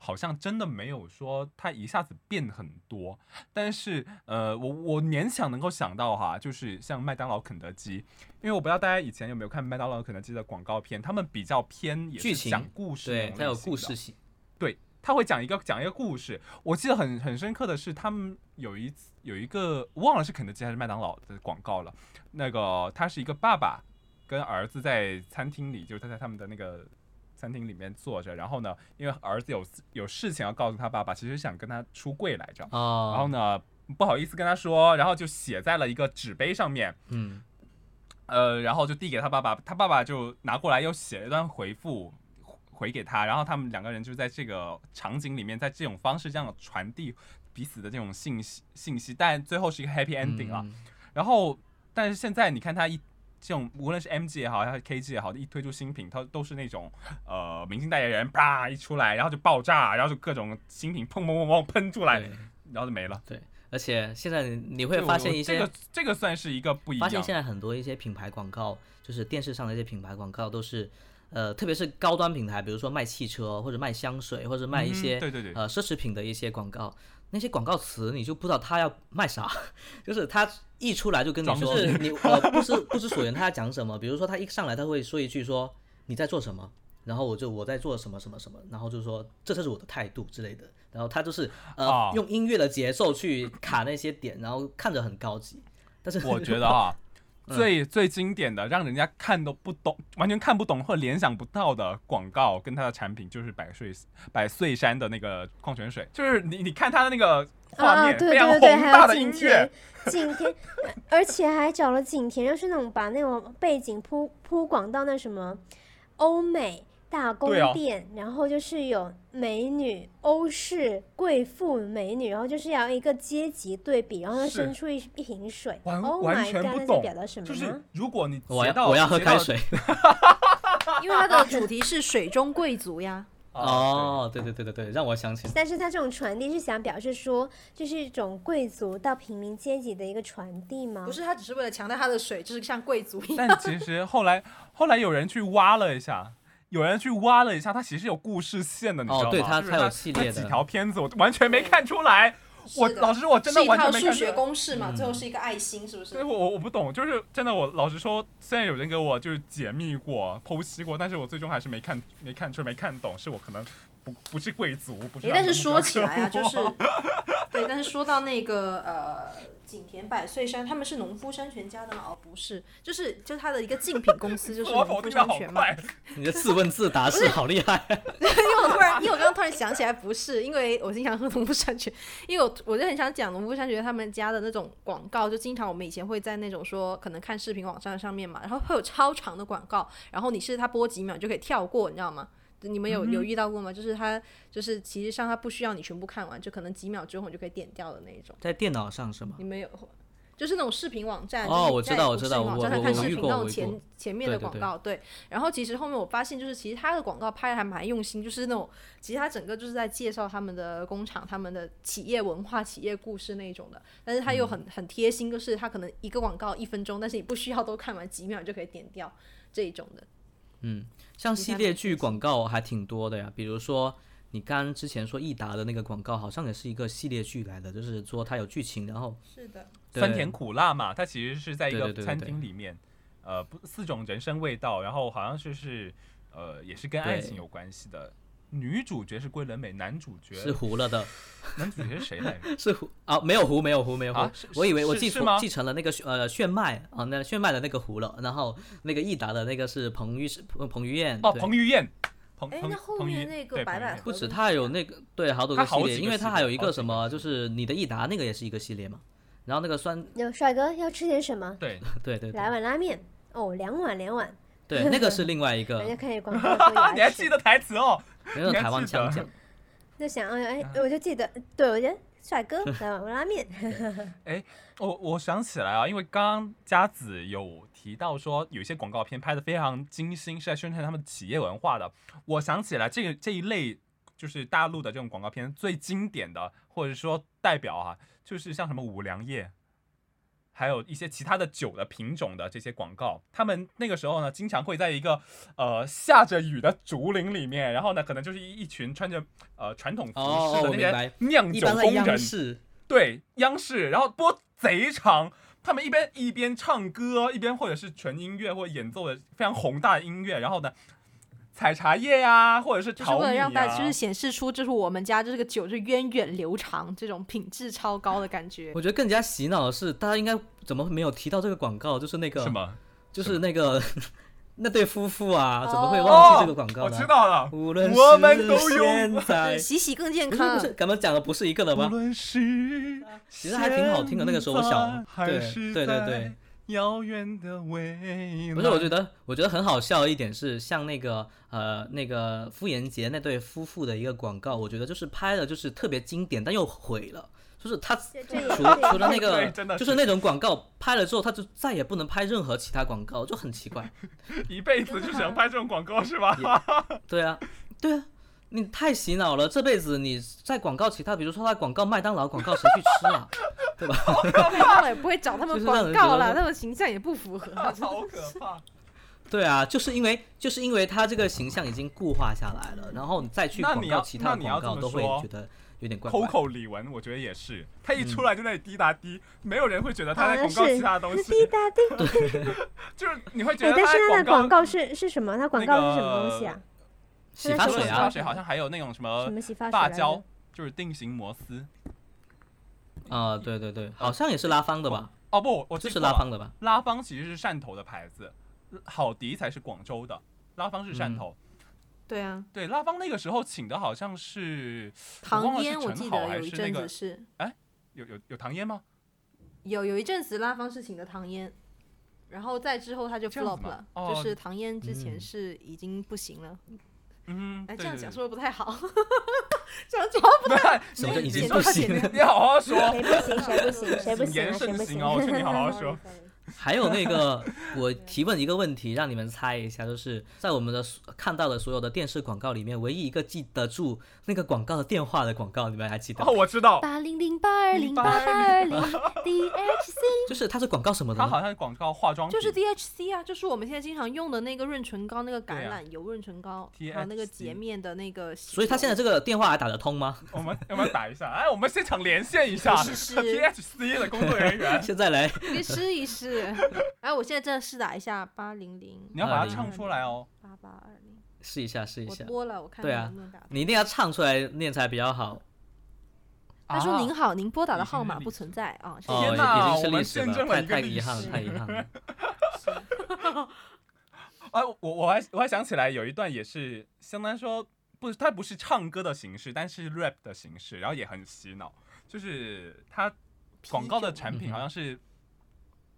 Speaker 4: 好像真的没有说它一下子变很多。但是呃，我我勉强能够想到哈，就是像麦当劳、肯德基，因为我不知道大家以前有没有看麦当劳、肯德基的广告片，他们比较偏也
Speaker 1: 剧
Speaker 4: 是
Speaker 1: 情
Speaker 4: 讲故事那
Speaker 1: 对
Speaker 4: 种，
Speaker 1: 它有
Speaker 4: 类型
Speaker 1: 故
Speaker 4: 的
Speaker 1: 事性。
Speaker 4: 对，他会讲一个讲一个故事。我记得很很深刻的是，他们有一次有一个我忘了是肯德基还是麦当劳的广告了。那个他是一个爸爸跟儿子在餐厅里，就是他在他们的那个餐厅里面坐着，然后呢，因为儿子有有事情要告诉他爸爸，其实想跟他出柜来着，
Speaker 1: 哦，
Speaker 4: 然后呢不好意思跟他说，然后就写在了一个纸杯上面。
Speaker 1: 嗯，
Speaker 4: 呃，然后就递给他爸爸，他爸爸就拿过来又写了一段回复回回给他，然后他们两个人就在这个场景里面，在这种方式这样传递彼此的这种信息信息，但最后是一个 happy ending 啊。
Speaker 1: 嗯
Speaker 4: 然后，但是现在你看他一这种无论是 MG 也好，还是 KG 也好，一推出新品，它都是那种呃明星代言人啪一出来，然后就爆炸，然后就各种新品砰砰砰砰喷出来
Speaker 1: 对，
Speaker 4: 然后就没了。
Speaker 1: 对，而且现在你
Speaker 4: 对
Speaker 1: 会
Speaker 4: 我
Speaker 1: 发
Speaker 4: 我
Speaker 1: 现一些
Speaker 4: 这个这个算是一个不一
Speaker 1: 发
Speaker 4: 样。
Speaker 1: 现现在很多一些品牌广告，就是电视上的一些品牌广告都是，呃，特别是高端品牌，比如说卖汽车或者卖香水或者卖一
Speaker 4: 嗯
Speaker 1: 些、
Speaker 4: 对对对
Speaker 1: 呃奢侈品的一些广告，那些广告词你就不知道他要卖啥， 就是他一出来就跟你
Speaker 4: 装
Speaker 1: 说，
Speaker 4: 逼
Speaker 1: 你呃不知不知所云他要讲什么，比如说他一上来他会说一句说你在做什么。然后我就我在做什么什么什么，然后就说这就是我的态度之类的，然后他就是呃、
Speaker 4: 哦
Speaker 1: 用音乐的节奏去卡那些点，然后看着很高级，但 是
Speaker 4: 我觉得啊，最最经典的，让人家看都不懂，完全看不懂或联想不到的广告跟它的产品，就是百岁百岁山的那个矿泉水。就是你你看它的那个画
Speaker 6: 啊，
Speaker 4: 面，
Speaker 6: 对
Speaker 4: 非常
Speaker 6: 对
Speaker 4: 宏
Speaker 6: 对，还
Speaker 4: 大
Speaker 6: 有
Speaker 4: 的
Speaker 6: 景
Speaker 4: 音
Speaker 6: 甜
Speaker 4: 乐，，
Speaker 6: 景甜，呃而且还找了景甜，就是那种把那种背景铺铺广到那什么欧美大宫
Speaker 4: 对啊
Speaker 6: 殿，然后就是有美女、欧式贵妇美女，然后就是要一个阶级对比，然后
Speaker 4: 是
Speaker 6: 生出一一瓶水。
Speaker 4: 完
Speaker 6: oh
Speaker 4: 完
Speaker 6: my
Speaker 4: 全
Speaker 6: god，
Speaker 4: 不
Speaker 6: 那在
Speaker 4: 懂
Speaker 6: 表达什么
Speaker 4: 就
Speaker 6: 呢？
Speaker 4: 是如果你
Speaker 1: 我
Speaker 4: 截
Speaker 1: 要
Speaker 4: 到
Speaker 1: 我要喝
Speaker 4: 截到
Speaker 1: 开水。
Speaker 3: 因为它的主题是水中贵族呀。
Speaker 4: 啊
Speaker 1: 哦，对对对对对，让我想起
Speaker 6: 但是它这种传递是想表示说，这是一种贵族到平民阶级的一个传递 吗？
Speaker 3: 不是，他只是为了强调他的水就是像贵族一
Speaker 4: 对
Speaker 3: 样。
Speaker 4: 但其实后来后来有人去挖了一下。有人去挖了一下，它其实有故事线的，你知
Speaker 1: 哦
Speaker 4: 道吗？
Speaker 1: 对它
Speaker 4: 就是
Speaker 1: 它
Speaker 4: 它
Speaker 1: 有系列
Speaker 4: 它几
Speaker 1: 的
Speaker 4: 条片子我完全没看出来。我
Speaker 3: 是的
Speaker 4: 老师，我真的
Speaker 3: 是一
Speaker 4: 完
Speaker 3: 套
Speaker 4: 全没
Speaker 3: 数
Speaker 4: 看出
Speaker 3: 学
Speaker 4: 来。嗯
Speaker 3: 公式嘛，最后是一个爱心，是不
Speaker 4: 所以
Speaker 3: 是？
Speaker 4: 我我我不懂，就是真的，我老实说，虽然有人给我就是解密过、剖析过，但是我最终还是没看没看出、没看懂，是我可能不不是贵族，不是。
Speaker 3: 诶，但是说起来 啊，就是，对，但是说到那个呃，景田百岁山，他们是农夫山泉家的吗？哦，不是，就是就是他的一个竞品公司，就是
Speaker 4: 我
Speaker 3: 农
Speaker 4: 否
Speaker 3: 夫
Speaker 4: 定的
Speaker 3: 山
Speaker 4: 好
Speaker 3: 泉嘛。
Speaker 4: 快，
Speaker 1: 你的自问自答是好厉害，
Speaker 3: 因为我突然，因为我刚刚突然想起来，不是，因为我经常喝农夫山泉，因为我我就很想讲农夫山泉他们家的那种广告，就经常我们以前会在那种说可能看视频网站上面嘛，然后会有超长的广告，然后你是它播几秒你就可以跳过，你知道吗？你们有有遇到过吗？就是它就是其实上它不需要你全部看完，就可能几秒之后你就可以点掉的那一种。
Speaker 1: 在电脑上是吗？
Speaker 3: 你们有，就是那种视频网站。
Speaker 1: 哦
Speaker 3: 就是
Speaker 1: 我知道
Speaker 3: 在
Speaker 1: 我知道
Speaker 3: 视频网
Speaker 1: 我
Speaker 3: 站上
Speaker 1: 我
Speaker 3: 看
Speaker 1: 我
Speaker 3: 视
Speaker 1: 遇
Speaker 3: 频
Speaker 1: 过
Speaker 3: 那
Speaker 1: 我
Speaker 3: 种
Speaker 1: 遇
Speaker 3: 前
Speaker 1: 过
Speaker 3: 前面的
Speaker 1: 对对
Speaker 3: 广
Speaker 1: 对
Speaker 3: 告，对。然后其实后面我发现，就是其实他的广告拍的还蛮用心，就是那种其实他整个就是在介绍他们的工厂、他们的企业文化、企业故事那一种的，但是他又
Speaker 1: 嗯
Speaker 3: 很很贴心，就是他可能一个广告一分钟，但是你不需要都看完，几秒就可以点掉这一种的。
Speaker 1: 像系列
Speaker 3: 你
Speaker 1: 剧
Speaker 3: 看
Speaker 1: 广告还挺多的呀，比如说你刚之前说益达的那个广告，好像也是一个系列剧来的，就是说它有剧情，然后
Speaker 3: 是的，
Speaker 1: 对
Speaker 4: 酸甜苦辣嘛，它其实是在一
Speaker 1: 对
Speaker 4: 个
Speaker 1: 对对对
Speaker 4: 餐
Speaker 1: 对
Speaker 4: 厅里面，呃，不四种人生味道，然后好像就是呃，也是跟爱情
Speaker 1: 对
Speaker 4: 有关系的。女主角是桂纶镁，男主角
Speaker 1: 是糊了的，
Speaker 4: 男主角是谁 来着？
Speaker 1: 是糊啊，没有糊，没有糊，没有糊，
Speaker 4: 啊是
Speaker 1: 我以为我
Speaker 4: 是
Speaker 1: 记
Speaker 4: 是吗
Speaker 1: 错，继承了那个呃炫迈啊，那炫迈的那个糊了，然后那个益达的那个是彭于彭彭于晏
Speaker 4: 哦，
Speaker 1: 对
Speaker 4: 彭于晏，彭
Speaker 3: 哎
Speaker 4: 彭
Speaker 3: 那后
Speaker 4: 彭于
Speaker 3: 面
Speaker 4: 晏
Speaker 3: 那个
Speaker 4: 对
Speaker 3: 白
Speaker 4: 彭于
Speaker 3: 百
Speaker 4: 晏
Speaker 3: 合
Speaker 1: 不止，
Speaker 3: 合
Speaker 1: 它有那个对好多
Speaker 4: 它
Speaker 1: 个
Speaker 4: 好
Speaker 1: 系
Speaker 4: 几
Speaker 1: 列，
Speaker 4: 个
Speaker 1: 因为
Speaker 4: 系
Speaker 1: 它
Speaker 4: 列
Speaker 1: 还有一
Speaker 4: 好
Speaker 1: 个
Speaker 4: 几
Speaker 1: 什
Speaker 4: 个
Speaker 1: 么，
Speaker 4: 系
Speaker 1: 就
Speaker 4: 列
Speaker 1: 是你的益达那个也是一个系列嘛，然后那个酸
Speaker 6: 有帅哥要吃点什么？
Speaker 4: 对，
Speaker 1: 对对对
Speaker 6: 来碗拉面哦，两碗两碗，
Speaker 1: 对，那个是另外一个
Speaker 6: 人家，开始广告说
Speaker 4: 你还记得？台词哦？
Speaker 1: 没有
Speaker 4: 你还
Speaker 1: 台湾
Speaker 4: 记得
Speaker 1: 腔讲。
Speaker 6: 就想哎
Speaker 4: 嗯
Speaker 6: 哎，我就记得，对我觉得 帅哥来碗拉面，
Speaker 4: 我我想起来啊，因为刚刚佳子有提到说，有一些广告片拍的非常精心，是在宣传他们企业文化的。我想起来，这个这一类就是大陆的这种广告片最经典的，或者说代表啊，就是像什么五粮液，还有一些其他的酒的品种的这些广告。他们那个时候呢，经常会在一个呃下着雨的竹林里面，然后呢，可能就是一一群穿着呃传统服
Speaker 1: 哦
Speaker 4: 饰的
Speaker 1: 我
Speaker 4: 那
Speaker 1: 明白
Speaker 4: 些酿
Speaker 1: 一
Speaker 4: 酒
Speaker 1: 般在
Speaker 4: 工人，
Speaker 1: 央视，
Speaker 4: 对，央视，然后播贼长，他们一边一边唱歌，一边或者是纯音乐或者演奏的非常宏大的音乐，然后呢，采茶叶呀、或者是
Speaker 3: 就是
Speaker 4: 淘米
Speaker 3: 为
Speaker 4: 啊
Speaker 3: 了
Speaker 4: 呀、
Speaker 3: 让大家
Speaker 1: 啊
Speaker 3: 就是显示出就是我们家这个酒是源远流长，这种品质超高的感觉。
Speaker 1: 我觉得更加洗脑的是，大家应该怎么没有提到这个广告？就是那个
Speaker 4: 什，么？
Speaker 1: 就是那个那对夫妇啊，怎么会
Speaker 4: 哦
Speaker 1: 忘哦记这个广告
Speaker 4: 我
Speaker 1: 呢？
Speaker 4: 知道了，
Speaker 1: 无论
Speaker 4: 我们都
Speaker 1: 是
Speaker 4: 用
Speaker 1: 现在
Speaker 3: 呃，洗洗更健
Speaker 1: 不是
Speaker 3: 康
Speaker 1: 不。是，咱们讲的不是一个的
Speaker 4: 无
Speaker 1: 吗？
Speaker 4: 论是
Speaker 1: 其实还挺好听的那个时候我小
Speaker 4: 现在还
Speaker 1: 对
Speaker 4: 是
Speaker 1: 对对
Speaker 4: 在
Speaker 1: 对
Speaker 4: 遥远的未来，
Speaker 1: 不是，我觉得我觉得很好笑的一点是，像那个呃那个傅炎杰那对夫妇的一个广告，我觉得就是拍的就是特别经典，但又毁了。就是他
Speaker 6: 这
Speaker 1: 除
Speaker 6: 这也
Speaker 1: 除了那
Speaker 4: 对
Speaker 1: 个
Speaker 4: 真的，是
Speaker 1: 就是那种广告拍了之后，他就再也不能拍任何其他广告，就很奇怪。
Speaker 4: 一辈子就只能拍这种广告是吧？
Speaker 1: 对啊，对啊，你太洗脑了。这辈子你在广告其他，比如说在广告麦当劳广告，谁去吃啊？ 对吧？
Speaker 3: 麦当劳也不会找他们
Speaker 1: 就是让
Speaker 3: 广
Speaker 1: 人
Speaker 3: 告
Speaker 1: 觉得
Speaker 3: 啦，
Speaker 1: 说
Speaker 3: 他们形象也不符 合。
Speaker 4: 好可怕！
Speaker 1: 对啊，就是因为就是因为他这个形象已经固化下来了，然后你再去
Speaker 4: 那
Speaker 1: 广
Speaker 4: 你要
Speaker 1: 告其他
Speaker 4: 那你
Speaker 1: 广
Speaker 4: 要这
Speaker 1: 告
Speaker 4: 么
Speaker 1: 都会
Speaker 4: 说
Speaker 1: 觉得有点怪怪。
Speaker 4: Coco 李玟，我觉得也是，他一出来就在那里滴答滴，没有人会觉得他
Speaker 6: 好
Speaker 4: 在
Speaker 6: 像
Speaker 4: 广告
Speaker 6: 是
Speaker 4: 其他东西，
Speaker 6: 滴答滴。
Speaker 4: 就是你会觉
Speaker 6: 哎
Speaker 4: 得，
Speaker 6: 但是
Speaker 4: 在
Speaker 6: 它的广
Speaker 4: 广告
Speaker 6: 告是是什么？它广
Speaker 4: 那
Speaker 6: 告是什
Speaker 4: 个
Speaker 6: 么东西啊？
Speaker 1: 洗发
Speaker 6: 那
Speaker 4: 除
Speaker 6: 是
Speaker 4: 了
Speaker 1: 水
Speaker 4: 洗
Speaker 1: 啊
Speaker 4: 发水，好像还有那种呃什么
Speaker 6: 什么洗发水啊
Speaker 4: 发
Speaker 6: 来
Speaker 4: 胶
Speaker 6: 着，
Speaker 4: 就是定型摩丝。
Speaker 1: 啊、对对对，好像也是拉芳的吧？
Speaker 4: 哦不，我
Speaker 1: 就是
Speaker 4: 记错
Speaker 1: 拉
Speaker 4: 了
Speaker 1: 芳的吧？
Speaker 4: 拉
Speaker 1: 嗯
Speaker 4: 芳其实是汕头的牌子，好迪才是广州的，拉芳是汕头。
Speaker 3: 对啊，
Speaker 4: 对，拉芳那个时候请的好像是忘
Speaker 3: 唐
Speaker 4: 了是
Speaker 3: 嫣我
Speaker 4: 陈
Speaker 3: 记
Speaker 4: 好
Speaker 3: 得
Speaker 4: 还
Speaker 3: 有一
Speaker 4: 是
Speaker 3: 阵
Speaker 4: 那
Speaker 3: 子
Speaker 4: 个
Speaker 3: 是
Speaker 4: 有有有唐嫣吗？
Speaker 3: 有有一阵子拉方是请的唐嫣，然后再之后他就
Speaker 4: 这样子
Speaker 3: flop
Speaker 4: 吗
Speaker 3: 了，
Speaker 4: 哦
Speaker 3: 就是唐嫣之前
Speaker 1: 嗯
Speaker 3: 是已经不行了。
Speaker 4: 嗯，
Speaker 3: 哎，
Speaker 4: 对
Speaker 3: 这样
Speaker 4: 对
Speaker 3: 讲
Speaker 4: 对
Speaker 3: 说的不 太好，这样讲
Speaker 4: 不是
Speaker 1: 什么叫已
Speaker 3: 剪
Speaker 1: 经
Speaker 3: 掉
Speaker 1: 不
Speaker 3: 剪
Speaker 1: 行
Speaker 3: 掉
Speaker 1: 了？
Speaker 4: 你好好说，
Speaker 6: 谁不行谁不行谁不
Speaker 4: 谨
Speaker 6: 行
Speaker 4: 言
Speaker 6: 啊谁
Speaker 4: 慎
Speaker 6: 不
Speaker 4: 行
Speaker 6: 行
Speaker 4: 哦，我劝你好好 说。
Speaker 1: 还有那个，我提问一个问题，让你们猜一下，就是在我们的所看到的所有的电视广告里面，唯一一个记得住那个广告的电话的广告，你们还记得
Speaker 4: 哦，？我知道，
Speaker 6: 八零零八二零八八二零 DHC，
Speaker 1: 就是它是广告什么的
Speaker 4: 他
Speaker 1: 呢？
Speaker 4: 好像是广告化妆品，
Speaker 3: 就是 DHC 啊，就是我们现在经常用的那个润唇膏，那个
Speaker 4: 对
Speaker 3: 橄
Speaker 4: 啊
Speaker 3: 榄油润唇膏，还有那个
Speaker 4: THC
Speaker 3: 洁面的那个洗手。
Speaker 1: 所以它现在这个电话还打得通吗？，
Speaker 4: 我们要不要打一下？哎，我们现场连线一下
Speaker 3: 是是
Speaker 4: THC 的工作人员
Speaker 1: 现在来，
Speaker 3: 你试一试。哎，我现在真的试打一下八零零
Speaker 4: 你要把它唱出来哦。
Speaker 3: 八八二零，
Speaker 1: 试一下，试一
Speaker 3: 我
Speaker 1: 下，
Speaker 3: 播了，我看
Speaker 1: 对啊
Speaker 3: 能不能打通。
Speaker 1: 你一定要唱出来念才比较好。
Speaker 3: 他说：“您啊好，您拨打的
Speaker 4: 已经
Speaker 3: 号
Speaker 4: 是
Speaker 3: 码
Speaker 4: 历
Speaker 3: 不
Speaker 4: 史
Speaker 3: 存在啊。”
Speaker 1: 哦，
Speaker 4: 啊天哪
Speaker 1: 已经是
Speaker 4: 我们
Speaker 1: 历史
Speaker 4: 见证了
Speaker 1: 太
Speaker 4: 一个
Speaker 1: 太
Speaker 4: 历
Speaker 1: 遗憾了，
Speaker 4: 史
Speaker 1: 太遗憾了。
Speaker 4: 啊，我我还我还想起来有一段也是相当于说不，它不是唱歌的形式，但是 rap 的形式，然后也很洗脑。就是它广告的产
Speaker 3: 嗯
Speaker 4: 品好像是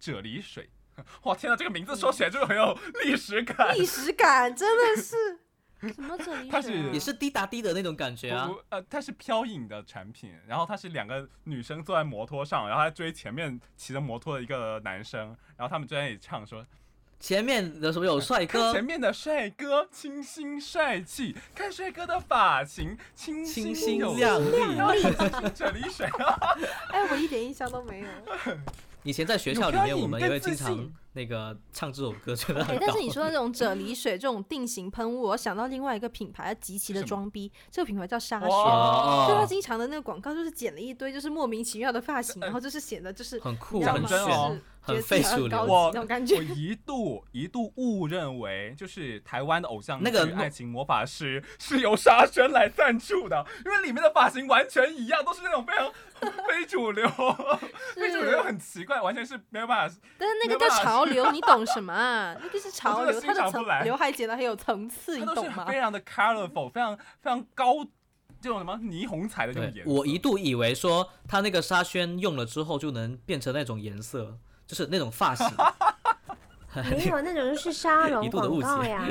Speaker 4: 啫喱水， 哇天哪，这个名字说起来就很有历史感。
Speaker 3: 历史感真的是什么啫喱
Speaker 4: 它
Speaker 3: 水啊
Speaker 1: 也是滴答滴的那种感觉啊
Speaker 4: 不。不呃，它是飘饮的产品，然后它是两个女生坐在摩托上，然后还追前面骑着摩托的一个男生，然后他们就在那里唱说
Speaker 1: 前面的什么有帅
Speaker 4: 看
Speaker 1: 哥
Speaker 4: 前，面的帅哥清新帅气，看帅哥的发型清
Speaker 1: 清
Speaker 4: 新
Speaker 1: 新
Speaker 4: 有
Speaker 1: 亮
Speaker 4: 力，
Speaker 1: 丽
Speaker 4: 然后这里水啊，
Speaker 3: 哎，我一点印象都没有。
Speaker 1: 以前在学校里面，我们也会经
Speaker 4: 有飘
Speaker 1: 常
Speaker 4: 影
Speaker 1: 那个唱这首歌，觉得
Speaker 3: 哎
Speaker 1: 很，
Speaker 3: 但
Speaker 1: 搞
Speaker 3: 是。你说的这种啫喱水这种定型喷雾，我想到另外一个品牌，它极其的
Speaker 4: 什么
Speaker 3: 装逼。这个品牌叫沙
Speaker 4: 哇
Speaker 3: 宣。
Speaker 1: 哦
Speaker 3: 就它经常的那个广告，就是剪了一堆就是莫名其妙的发型，
Speaker 4: 呃
Speaker 3: 然后就是显得就是
Speaker 1: 很酷
Speaker 3: 你知道
Speaker 4: 很
Speaker 3: 吗
Speaker 4: 真哦
Speaker 3: 就是
Speaker 1: 很
Speaker 3: 觉得自己很
Speaker 1: face
Speaker 3: 高级
Speaker 4: 我
Speaker 3: 那种感觉
Speaker 4: 我。一度一度误认为就是台湾的偶像
Speaker 1: 那个
Speaker 4: 剧
Speaker 1: 诺
Speaker 4: 爱情魔法师是由沙宣来赞助的，因为里面的发型完全一样，都是那种非常 非主流，非主流很奇怪，完全是没有办法。
Speaker 3: 但是那个
Speaker 4: 没办
Speaker 3: 叫
Speaker 4: 法
Speaker 3: 潮流，你懂什么啊？那个是潮
Speaker 4: 我真的
Speaker 3: 流，它
Speaker 4: 欣赏
Speaker 3: 的
Speaker 4: 不
Speaker 3: 层
Speaker 4: 来
Speaker 3: 刘海剪得很有层次，你
Speaker 4: 它都是
Speaker 3: 懂吗？
Speaker 4: 非常的 colorful，非常非常高，这种什么霓虹彩的这种
Speaker 1: 对
Speaker 4: 颜，色。
Speaker 1: 我一度以为说他那个沙宣用了之后就能变成那种颜色，就是那种发 型。
Speaker 6: 没有哎那种就是沙龙
Speaker 1: 一度的
Speaker 6: 广
Speaker 1: 误
Speaker 6: 告
Speaker 1: 解
Speaker 6: 呀，啊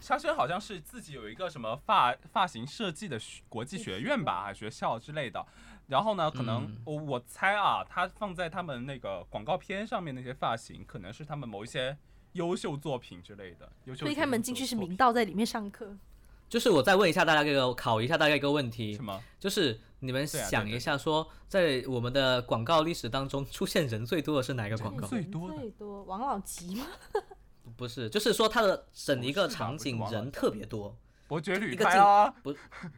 Speaker 4: 沙宣好像是自己有一个什么发发型设计的学国际学院吧，还是学校之类的。然后呢，可能、
Speaker 1: 嗯
Speaker 4: 我我猜啊，他放在他们那个广告片上面那些发型，可能是他们某一些优秀作品之类的。优秀
Speaker 3: 推开门进去是明道在里面上 课，
Speaker 1: 就是我再问一下大家这个，考一下大家一个问题
Speaker 4: 什，么？
Speaker 1: 就是你们
Speaker 4: 对啊对
Speaker 1: 想
Speaker 4: 对
Speaker 1: 一下说，在我们的广告历史当中出现人哦最多的是哪一个广告？
Speaker 4: 最多的
Speaker 3: 最多王老吉吗？
Speaker 1: 不是，就是说它的整
Speaker 4: 不
Speaker 1: 一个
Speaker 4: 是吧
Speaker 1: 场
Speaker 4: 不是
Speaker 1: 景
Speaker 4: 王老
Speaker 1: 人特别多，
Speaker 4: 伯爵旅
Speaker 1: 一个
Speaker 4: 拍
Speaker 1: 镜
Speaker 4: 啊，
Speaker 1: 不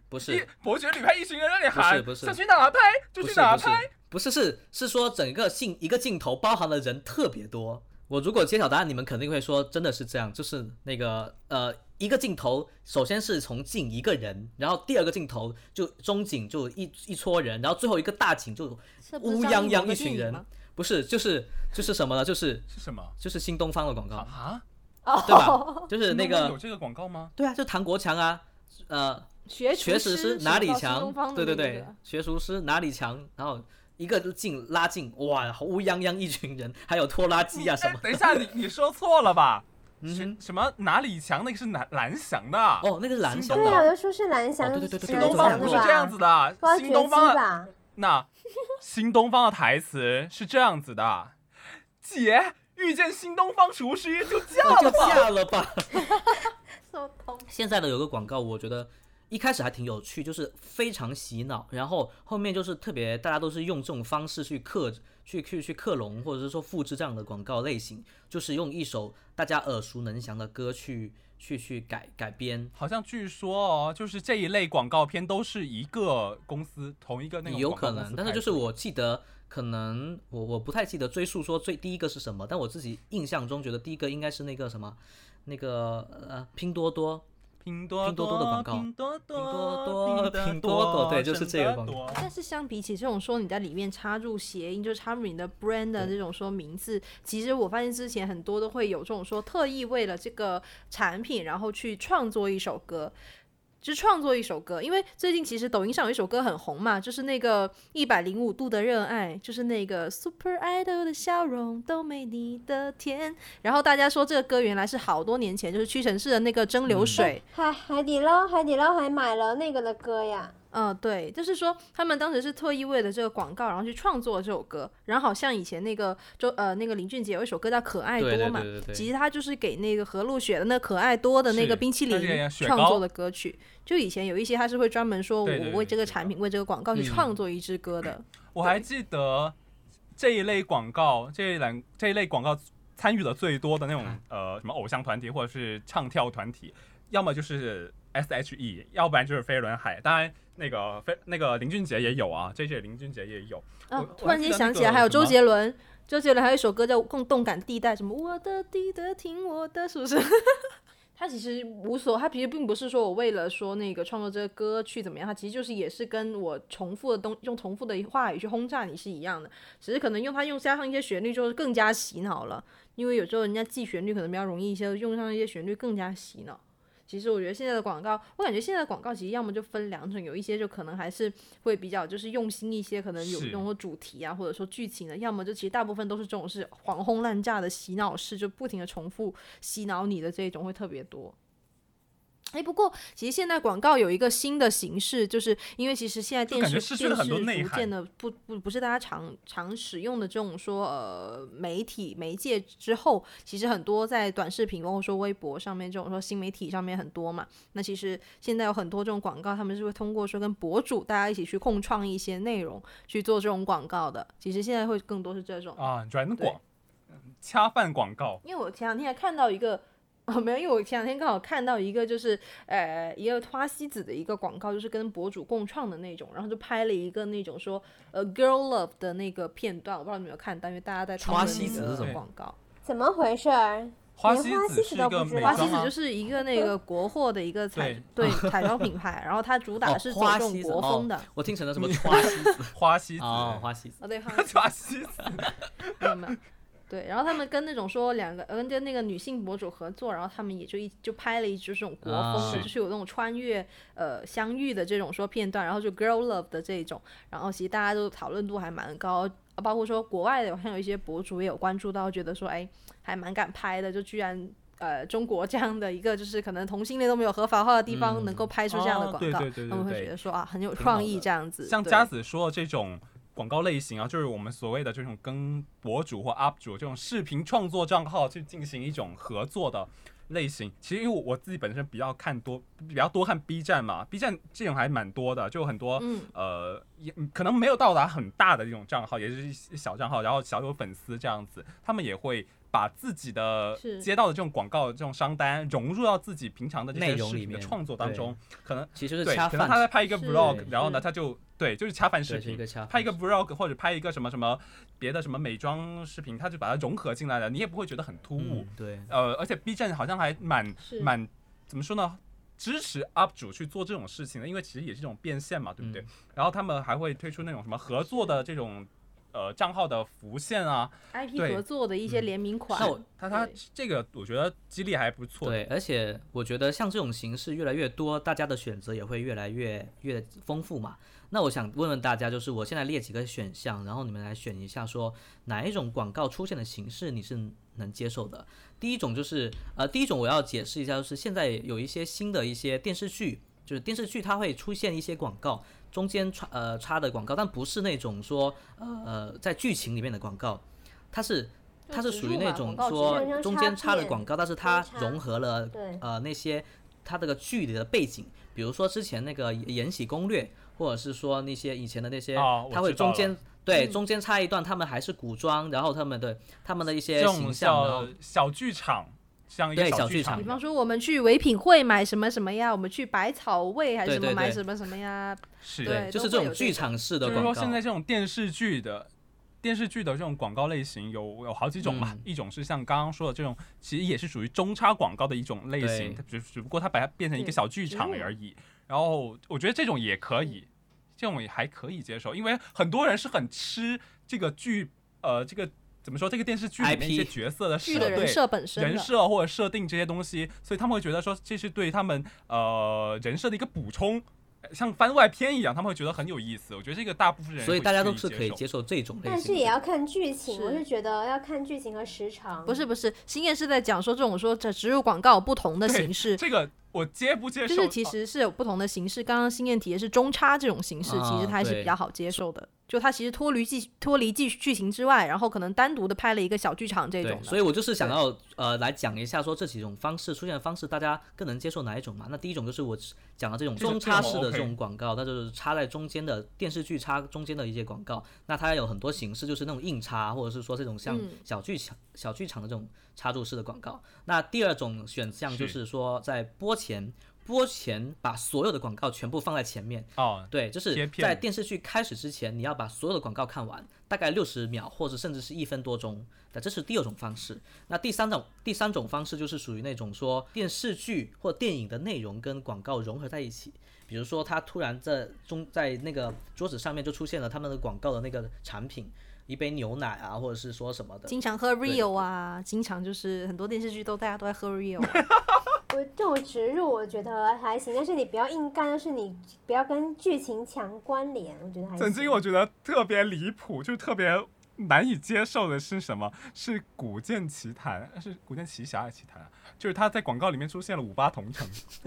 Speaker 1: 不是
Speaker 4: 一伯爵旅拍，一群人在那里
Speaker 1: 不是
Speaker 4: 喊，
Speaker 1: 不是
Speaker 4: 想去哪儿拍就
Speaker 1: 不
Speaker 4: 去
Speaker 1: 是
Speaker 4: 哪儿
Speaker 1: 不
Speaker 4: 拍。
Speaker 1: 是不是是是说整个镜一个镜头包含的人特别多。我如果揭晓答案，你们肯定会说真的是这样，就是那个呃一个镜头，首先是从近一个人，然后第二个镜头就中景就一一撮人，然后最后一个大景就
Speaker 3: 这不是
Speaker 1: 乌泱
Speaker 3: 张艺谋
Speaker 1: 泱
Speaker 3: 的
Speaker 1: 一群
Speaker 3: 电影
Speaker 1: 人
Speaker 3: 吗，
Speaker 1: 不是就是就是什么呢？就是
Speaker 4: 是什么？
Speaker 1: 就是新东方的广告，
Speaker 4: 啊？
Speaker 1: 对
Speaker 3: 哦
Speaker 1: 吧？就是那
Speaker 4: 有
Speaker 1: 个
Speaker 4: 这个广告吗？
Speaker 1: 对啊，就唐国强啊，呃
Speaker 3: 学
Speaker 1: 学
Speaker 3: 哎厨
Speaker 1: 识
Speaker 3: 师
Speaker 1: 师哪里
Speaker 3: 东
Speaker 1: 强
Speaker 3: 方？的
Speaker 1: 对对
Speaker 3: 那
Speaker 1: 对
Speaker 3: 个，
Speaker 1: 学厨师哪里强？然后一个进拉近，哇，乌泱泱一群人，还有拖拉机啊什
Speaker 4: 哎
Speaker 1: 么。
Speaker 4: 等一下，你你说错了吧？
Speaker 1: 嗯
Speaker 4: 什
Speaker 1: 哼
Speaker 4: 什么哪里强？那个是蓝蓝翔的。
Speaker 1: 哦，那个是蓝翔
Speaker 6: 对啊，我
Speaker 1: 的，
Speaker 6: 就说是蓝翔，
Speaker 1: 哦对对对对
Speaker 6: 是蓝
Speaker 4: 东方
Speaker 6: 翔
Speaker 4: 不
Speaker 6: 的
Speaker 4: 是
Speaker 6: 吧？
Speaker 4: 这样子的
Speaker 6: 不，要
Speaker 4: 新东
Speaker 6: 绝
Speaker 4: 方啊
Speaker 6: 迹
Speaker 4: 的
Speaker 6: 吧？
Speaker 4: 那新东方的台词是这样子的：姐遇见新东方厨师就嫁
Speaker 1: 那就
Speaker 4: 了吧。
Speaker 1: 嫁了 吧。
Speaker 3: 什么东
Speaker 1: 现在的有个广告，我觉得一开始还挺有趣，就是非常洗脑，然后后面就是特别大家都是用这种方式去克去去去克隆，或者是说复制这样的广告类型，就是用一首大家耳熟能详的歌去去去改改编，
Speaker 4: 好像据说哦，就是这一类广告片都是一个公司同一个那个
Speaker 1: 有
Speaker 4: 广告
Speaker 1: 可
Speaker 4: 公
Speaker 1: 能，
Speaker 4: 司
Speaker 1: 但是
Speaker 4: 拍
Speaker 1: 就是
Speaker 4: 的
Speaker 1: 我记得，可能我我不太记得追溯说最第一个是什么，但我自己印象中觉得第一个应该是那个什么，那个呃拼多多
Speaker 4: 拼多
Speaker 1: 拼多多的广告
Speaker 4: 拼多多，
Speaker 1: 拼多多拼多多对就是这个广告
Speaker 3: 但是相比起这种说你在里面插入谐音，就是插入你的 brand 的这种说名字，其实我发现之前很多都会有这种说特意为了这个产品，然后去创作一首歌。就创作一首歌，因为最近其实抖音上有一首歌很红嘛，就是那个一百零五度的热爱，就是那个 Super Idol 的笑容都没你的甜。然后大家说这个歌原来是好多年前，就是屈臣氏的那个蒸馏水，
Speaker 6: 海海底捞，海底捞还买了那个的歌呀。
Speaker 3: 嗯，对，就是说他们当时是特意为了这个广告，然后去创作这首歌。然后好像以前那个周呃那个林俊杰有一首歌叫《可爱多
Speaker 1: 对》对
Speaker 3: 嘛，
Speaker 1: 对对对
Speaker 3: 其实他就是给那个何露雪的那《可爱多》的那
Speaker 4: 是
Speaker 3: 个冰淇
Speaker 4: 他是
Speaker 3: 淋
Speaker 4: 雪
Speaker 3: 创
Speaker 4: 糕
Speaker 3: 作的歌曲。就以前有一些他是会专门说我
Speaker 4: 对对对
Speaker 3: 为这个
Speaker 4: 雪
Speaker 3: 产
Speaker 4: 糕
Speaker 3: 品、为这个广告去
Speaker 1: 嗯
Speaker 3: 创作一支歌的。
Speaker 4: 我还记得这一类广告，这一栏这一类广告参与的最多的那种呃什么偶像团体或者是唱跳团体，要么就是 S.H.E，要不然就是飞轮海。当然，那个飞那个林俊杰也有啊，这些林俊杰也有。
Speaker 3: 啊
Speaker 4: 我，
Speaker 3: 突然间想起
Speaker 4: 我还记得那
Speaker 3: 来，
Speaker 4: 个
Speaker 3: 还有周
Speaker 4: 什么
Speaker 3: 杰伦，周杰伦还有一首歌叫《更动感地带》，什么我的地的听我的，是不 是？他其实无所，他其实并不是说我为了说那个创作这个歌去怎么样，他其实就是也是跟我重复的东用重复的话语去轰炸你是一样的，只是可能用它用加上一些旋律就是更加洗脑了，因为有时候人家记旋律可能比较容易一些，用上一些旋律更加洗脑。其实我觉得现在的广告，我感觉现在的广告其实要么就分两种，有一些就可能还是会比较就是用心一些，可能有
Speaker 4: 是
Speaker 3: 那种主题啊，或者说剧情的；要么就其实大部分都是这种是狂轰滥炸的洗脑式，就不停的重复洗脑你的这一种会特别多。哎，不过其实现在广告有一个新的形式，就是因为其实现在
Speaker 4: 就
Speaker 3: 电
Speaker 4: 感觉失
Speaker 3: 视
Speaker 4: 去
Speaker 3: 电
Speaker 4: 了很
Speaker 3: 视
Speaker 4: 多内
Speaker 3: 逐
Speaker 4: 涵
Speaker 3: 渐的不不不是大家常常使用的这种说呃媒体媒介之后，其实很多在短视频包括说微博上面这种说新媒体上面很多嘛，那其实现在有很多这种广告，他们是会通过说跟博主大家一起去共创一些内容去做这种广告的，其实现在会更多是这种。
Speaker 4: 啊，软广、嗯恰饭广告，
Speaker 3: 因为我前两天还看到一个，哦，没有，因为我前两天刚好看到一个，就是呃，一个花西子的一个广告，就是跟博主共创的那种，然后就拍了一个那种说呃 girl love 的那个片段，我不知道你有没有看到，因为大家在讨
Speaker 1: 花
Speaker 3: 论
Speaker 1: 西子
Speaker 3: 那
Speaker 1: 是
Speaker 3: 个
Speaker 1: 什么
Speaker 3: 广告。
Speaker 6: 怎么回事儿？
Speaker 4: 花
Speaker 6: 连
Speaker 4: 西
Speaker 6: 花西
Speaker 4: 子
Speaker 6: 子
Speaker 4: 是
Speaker 6: 都
Speaker 4: 一个
Speaker 6: 不知
Speaker 4: 美
Speaker 6: 道
Speaker 3: 花
Speaker 4: 妆
Speaker 3: 西子
Speaker 4: 啊
Speaker 3: 就，是一个那个国货的一个彩对彩妆品牌，然后它主打
Speaker 1: 哦
Speaker 3: 是走
Speaker 1: 花
Speaker 3: 这种
Speaker 1: 西子
Speaker 3: 国风的。
Speaker 1: 哦，我听成了什么花西 子
Speaker 4: 花西子，
Speaker 1: 哦，花西子。
Speaker 3: 哦，对，花
Speaker 4: 花西子，
Speaker 3: 没有没有。对，然后他们跟那种说两个，呃跟那个女性博主合作，然后他们也就一就拍了一支这种国风的，
Speaker 1: 啊
Speaker 3: 就是有那种穿越呃相遇的这种说片段，然后就 girl love 的这一种，然后其实大家都讨论度还蛮高，啊包括说国外的好像有一些博主也有关注到，觉得说哎还蛮敢拍的，就居然呃中国这样的一个就是可能同性恋都没有合法化的地方，
Speaker 1: 嗯
Speaker 3: 能够拍出这样的
Speaker 4: 哦
Speaker 3: 广
Speaker 4: 对
Speaker 3: 告，
Speaker 4: 对对对
Speaker 3: 他们会
Speaker 4: 对
Speaker 3: 觉得说啊很有
Speaker 1: 挺
Speaker 3: 创
Speaker 1: 好
Speaker 3: 意
Speaker 1: 的
Speaker 3: 这样子，
Speaker 4: 像
Speaker 3: 对
Speaker 4: 佳子说的这种广告类型啊，就是我们所谓的这种跟博主或 UP 主这种视频创作账号去进行一种合作的类型。其实因为我我自己本身比较看多，比较多看 B 站嘛，B 站这种还蛮多的，就很多、
Speaker 3: 嗯
Speaker 4: 呃，也可能没有到达很大的这种账号，也就是一些小账号，然后小有粉丝这样子，他们也会。把自己的
Speaker 3: 是
Speaker 4: 接到的这种广告、这种商单融入到自己平常的这
Speaker 1: 内
Speaker 4: 些
Speaker 1: 容
Speaker 4: 视
Speaker 1: 里
Speaker 4: 频的
Speaker 1: 面
Speaker 4: 创作当
Speaker 1: 对
Speaker 4: 中，可能
Speaker 1: 其实就
Speaker 4: 对，
Speaker 1: 是恰
Speaker 4: 可能
Speaker 1: 饭
Speaker 4: 他在拍一个
Speaker 3: 是
Speaker 4: vlog，然后呢，
Speaker 3: 是
Speaker 4: 他就对，就是恰饭视
Speaker 1: 对是一
Speaker 4: 频
Speaker 1: 个恰，饭
Speaker 4: 拍一个 vlog 或者拍一个什么什么别的什么美妆视频，他就把它融合进来了，你也不会觉得很突兀
Speaker 1: 嗯。，对，
Speaker 4: 呃，而且 B 站好像还蛮
Speaker 3: 是
Speaker 4: 蛮怎么说呢？支持 UP 主去做这种事情的，因为其实也是一种变现嘛，对不对？
Speaker 1: 嗯
Speaker 4: 然后他们还会推出那种什么合作的这种呃账号的浮现啊，
Speaker 3: IP
Speaker 4: 对
Speaker 3: 合作的一些
Speaker 1: 嗯
Speaker 3: 联名款。
Speaker 1: 那我
Speaker 4: 他他
Speaker 3: 对
Speaker 4: 这个我觉得激励还不错的。
Speaker 1: 对，而且我觉得像这种形式越来越多，大家的选择也会越来越越丰富嘛。那我想问问大家，就是我现在列几个选项，然后你们来选一下，说哪一种广告出现的形式你是能接受的？第一种就是呃，第一种我要解释一下，就是现在有一些新的一些电视剧，就是电视剧它会出现一些广告，中间插呃插的广告，但不是那种说呃在剧情里面的广告，它是。它是
Speaker 3: 植
Speaker 1: 属于
Speaker 3: 入
Speaker 1: 那
Speaker 3: 嘛
Speaker 1: 种
Speaker 3: 广告植入
Speaker 6: 好像
Speaker 1: 说中间
Speaker 6: 插
Speaker 1: 插的
Speaker 6: 片
Speaker 1: 广告，但是
Speaker 6: 交
Speaker 1: 它
Speaker 6: 叉
Speaker 1: 融合了
Speaker 6: 对
Speaker 1: 呃那些它这个剧里的背景，比如说之前那个《延禧攻略》，或者是说那些以前的那些，
Speaker 4: 哦我
Speaker 1: 它会
Speaker 4: 知道
Speaker 1: 中间
Speaker 4: 了
Speaker 1: 对中间插一段，他们还是古装，然后他们的他们的一
Speaker 4: 这
Speaker 1: 些
Speaker 4: 种
Speaker 1: 形象，啊然后
Speaker 4: 小小剧场，像一个
Speaker 1: 对小
Speaker 4: 剧
Speaker 1: 剧场
Speaker 3: 比
Speaker 4: 一
Speaker 3: 方
Speaker 4: 样
Speaker 3: 说，我们去唯品会买什么什么呀，我们去百草味还是
Speaker 1: 对
Speaker 3: 什么
Speaker 1: 对
Speaker 3: 买
Speaker 1: 对
Speaker 3: 什么什么呀，
Speaker 4: 是
Speaker 3: 对
Speaker 1: 就是
Speaker 3: 都
Speaker 1: 这
Speaker 3: 会
Speaker 1: 种
Speaker 3: 有这
Speaker 1: 剧
Speaker 3: 种
Speaker 1: 场式的
Speaker 4: 就是
Speaker 1: 广告
Speaker 4: 说，现在这种电视剧的电视剧的这种广告类型有有好几种嘛，
Speaker 1: 嗯
Speaker 4: 一种是像刚刚说的这种，其实也是属于中插广告的一种类型，
Speaker 1: 对
Speaker 4: 它只只不过它把它变成一个
Speaker 6: 对
Speaker 4: 小剧场
Speaker 6: 嗯
Speaker 4: 而已。然后我觉得这种也可以，这种也还可以接受，因为很多人是很吃这个剧，呃，这个怎么说，这个电视剧里面
Speaker 1: IP
Speaker 4: 一些角色的
Speaker 3: 剧
Speaker 4: 设
Speaker 3: 的人
Speaker 4: 对。
Speaker 3: 设本身
Speaker 4: 人
Speaker 3: 的，
Speaker 4: 设或者设定这些东西，所以他们会觉得说这是对他们呃人设的一个补充，呃像番外篇一样，他们会觉得很有意思。我觉得这个大部分人
Speaker 1: 所以
Speaker 4: 会
Speaker 1: 大家
Speaker 4: 愿
Speaker 1: 都
Speaker 4: 意
Speaker 1: 是可以
Speaker 4: 受
Speaker 1: 接受这种类型的。
Speaker 6: 但是也要看剧情，
Speaker 3: 是
Speaker 6: 我是觉得要看剧情和时长。
Speaker 3: 不是不是，新燕是在讲说这种说这植入广告有不同的
Speaker 4: 对
Speaker 3: 形 式，
Speaker 4: 这个我接不接受？
Speaker 3: 就是其
Speaker 4: 啊
Speaker 3: 实是有不同的形式。刚刚新燕提的是中插这种形式，其
Speaker 1: 啊
Speaker 3: 实它还是
Speaker 1: 对
Speaker 3: 比较好接受的。就它其实脱离剧脱离剧剧情之外，然后可能单独的拍了一个小剧场这
Speaker 1: 对
Speaker 3: 种，的。
Speaker 1: 所以我就是想
Speaker 3: 对
Speaker 1: 要呃来讲一下，说这几种方式出现的方式，大家更能接受哪一种嘛？那第一种就是我讲的这种
Speaker 4: 这种
Speaker 1: 中插式
Speaker 4: 这种
Speaker 1: 的
Speaker 4: OK
Speaker 1: 这种广告，那就是插在中间的电视剧插中间的一些广告。那它有很多形式，就是那种硬插，或者是说这种像
Speaker 3: 嗯
Speaker 1: 小剧场、小剧场的这种插入式的广告。那第二种选项就是是说在播前。播前把所有的广告全部放在前面，
Speaker 4: 哦，
Speaker 1: 对，就
Speaker 4: 贴
Speaker 1: 是
Speaker 4: 片
Speaker 1: 在电视剧开始之前，你要把所有的广告看完，大概六十秒，或者甚至是一分多钟。那这是第二种方式。那第三种，第三种方式就是属于那种说电视剧或电影的内容跟广告融合在一起。比如说，他突然在中在那个桌子上面就出现了他们的广告的那个产品，一杯牛奶啊，或者是说什么的。
Speaker 3: 经常喝 Rio 啊，经常就是很多电视剧都大家都在喝 Rio，啊
Speaker 6: 我这种植入我觉得还行，但是你不要硬干，但是你不要跟剧情强关联，我觉得还行。
Speaker 4: 曾经我觉得特别离谱，就是特别难以接受的是什么？是《古剑奇谭》，是《古剑奇侠》还是《奇谭》啊？就是他在广告里面出现了五八同城，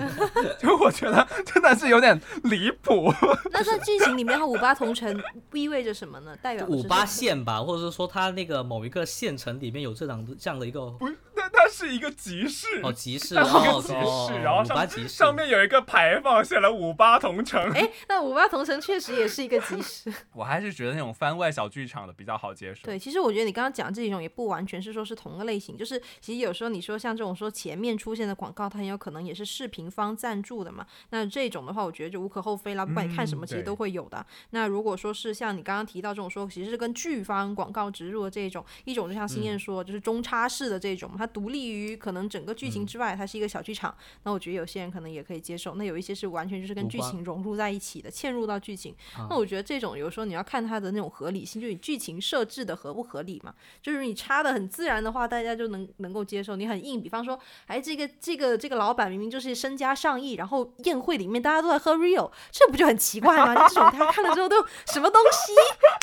Speaker 4: 就我觉得真的是有点离谱。
Speaker 3: 那在剧情里面和五八同城意味着什么呢？代表啊的是
Speaker 1: 五八
Speaker 3: 什么
Speaker 1: 线吧，或者是说它那个某一个县城里面有这样这样的一个
Speaker 4: 不，那它是一个集市。
Speaker 1: 哦集市
Speaker 4: 它是一
Speaker 1: 哦
Speaker 4: 个集
Speaker 1: 哦
Speaker 4: 市，然后
Speaker 1: 五八集
Speaker 4: 上
Speaker 1: 市
Speaker 4: 上面有一个牌坊，写了“五八同城”。
Speaker 3: 哎，那五八同城确实也是一个 集市。
Speaker 4: 我还是觉得那种番外小剧场的比较好接受。
Speaker 3: 对，其实我觉得你刚刚讲这几种也不完全是说是同个类型，就是其实有时候你说像这种说前面出现的广告，它很有可能也是视频方赞助的嘛。那这种的话，我觉得就无可厚非啦，不管你看什
Speaker 4: 嗯
Speaker 3: 么，其实
Speaker 4: 对
Speaker 3: 都会有的。那如果说是像你刚刚提到这种说，其实是跟剧方广告植入的这种，一种就像
Speaker 4: 嗯
Speaker 3: 新燕说，就是中插式的这种，它独立于可能整个剧
Speaker 4: 嗯
Speaker 3: 情之外，它是一个小剧场。那我觉得有些人可能也可以接受，那有一些是完全就是跟
Speaker 1: 无
Speaker 3: 剧
Speaker 1: 关啊
Speaker 3: 情融入在一起的，嵌入到剧情。那我觉得这种有时候你要看它的那种合理性，就你剧情设置的合不合理嘛。就是你插的很自然的话，大家就能能够接受。你很硬，比方说，哎，这个这个这个老板明明就是身家上亿，然后宴会里面大家都在喝 Rio，这不就很奇怪吗？这种他看了之 后都什么东西，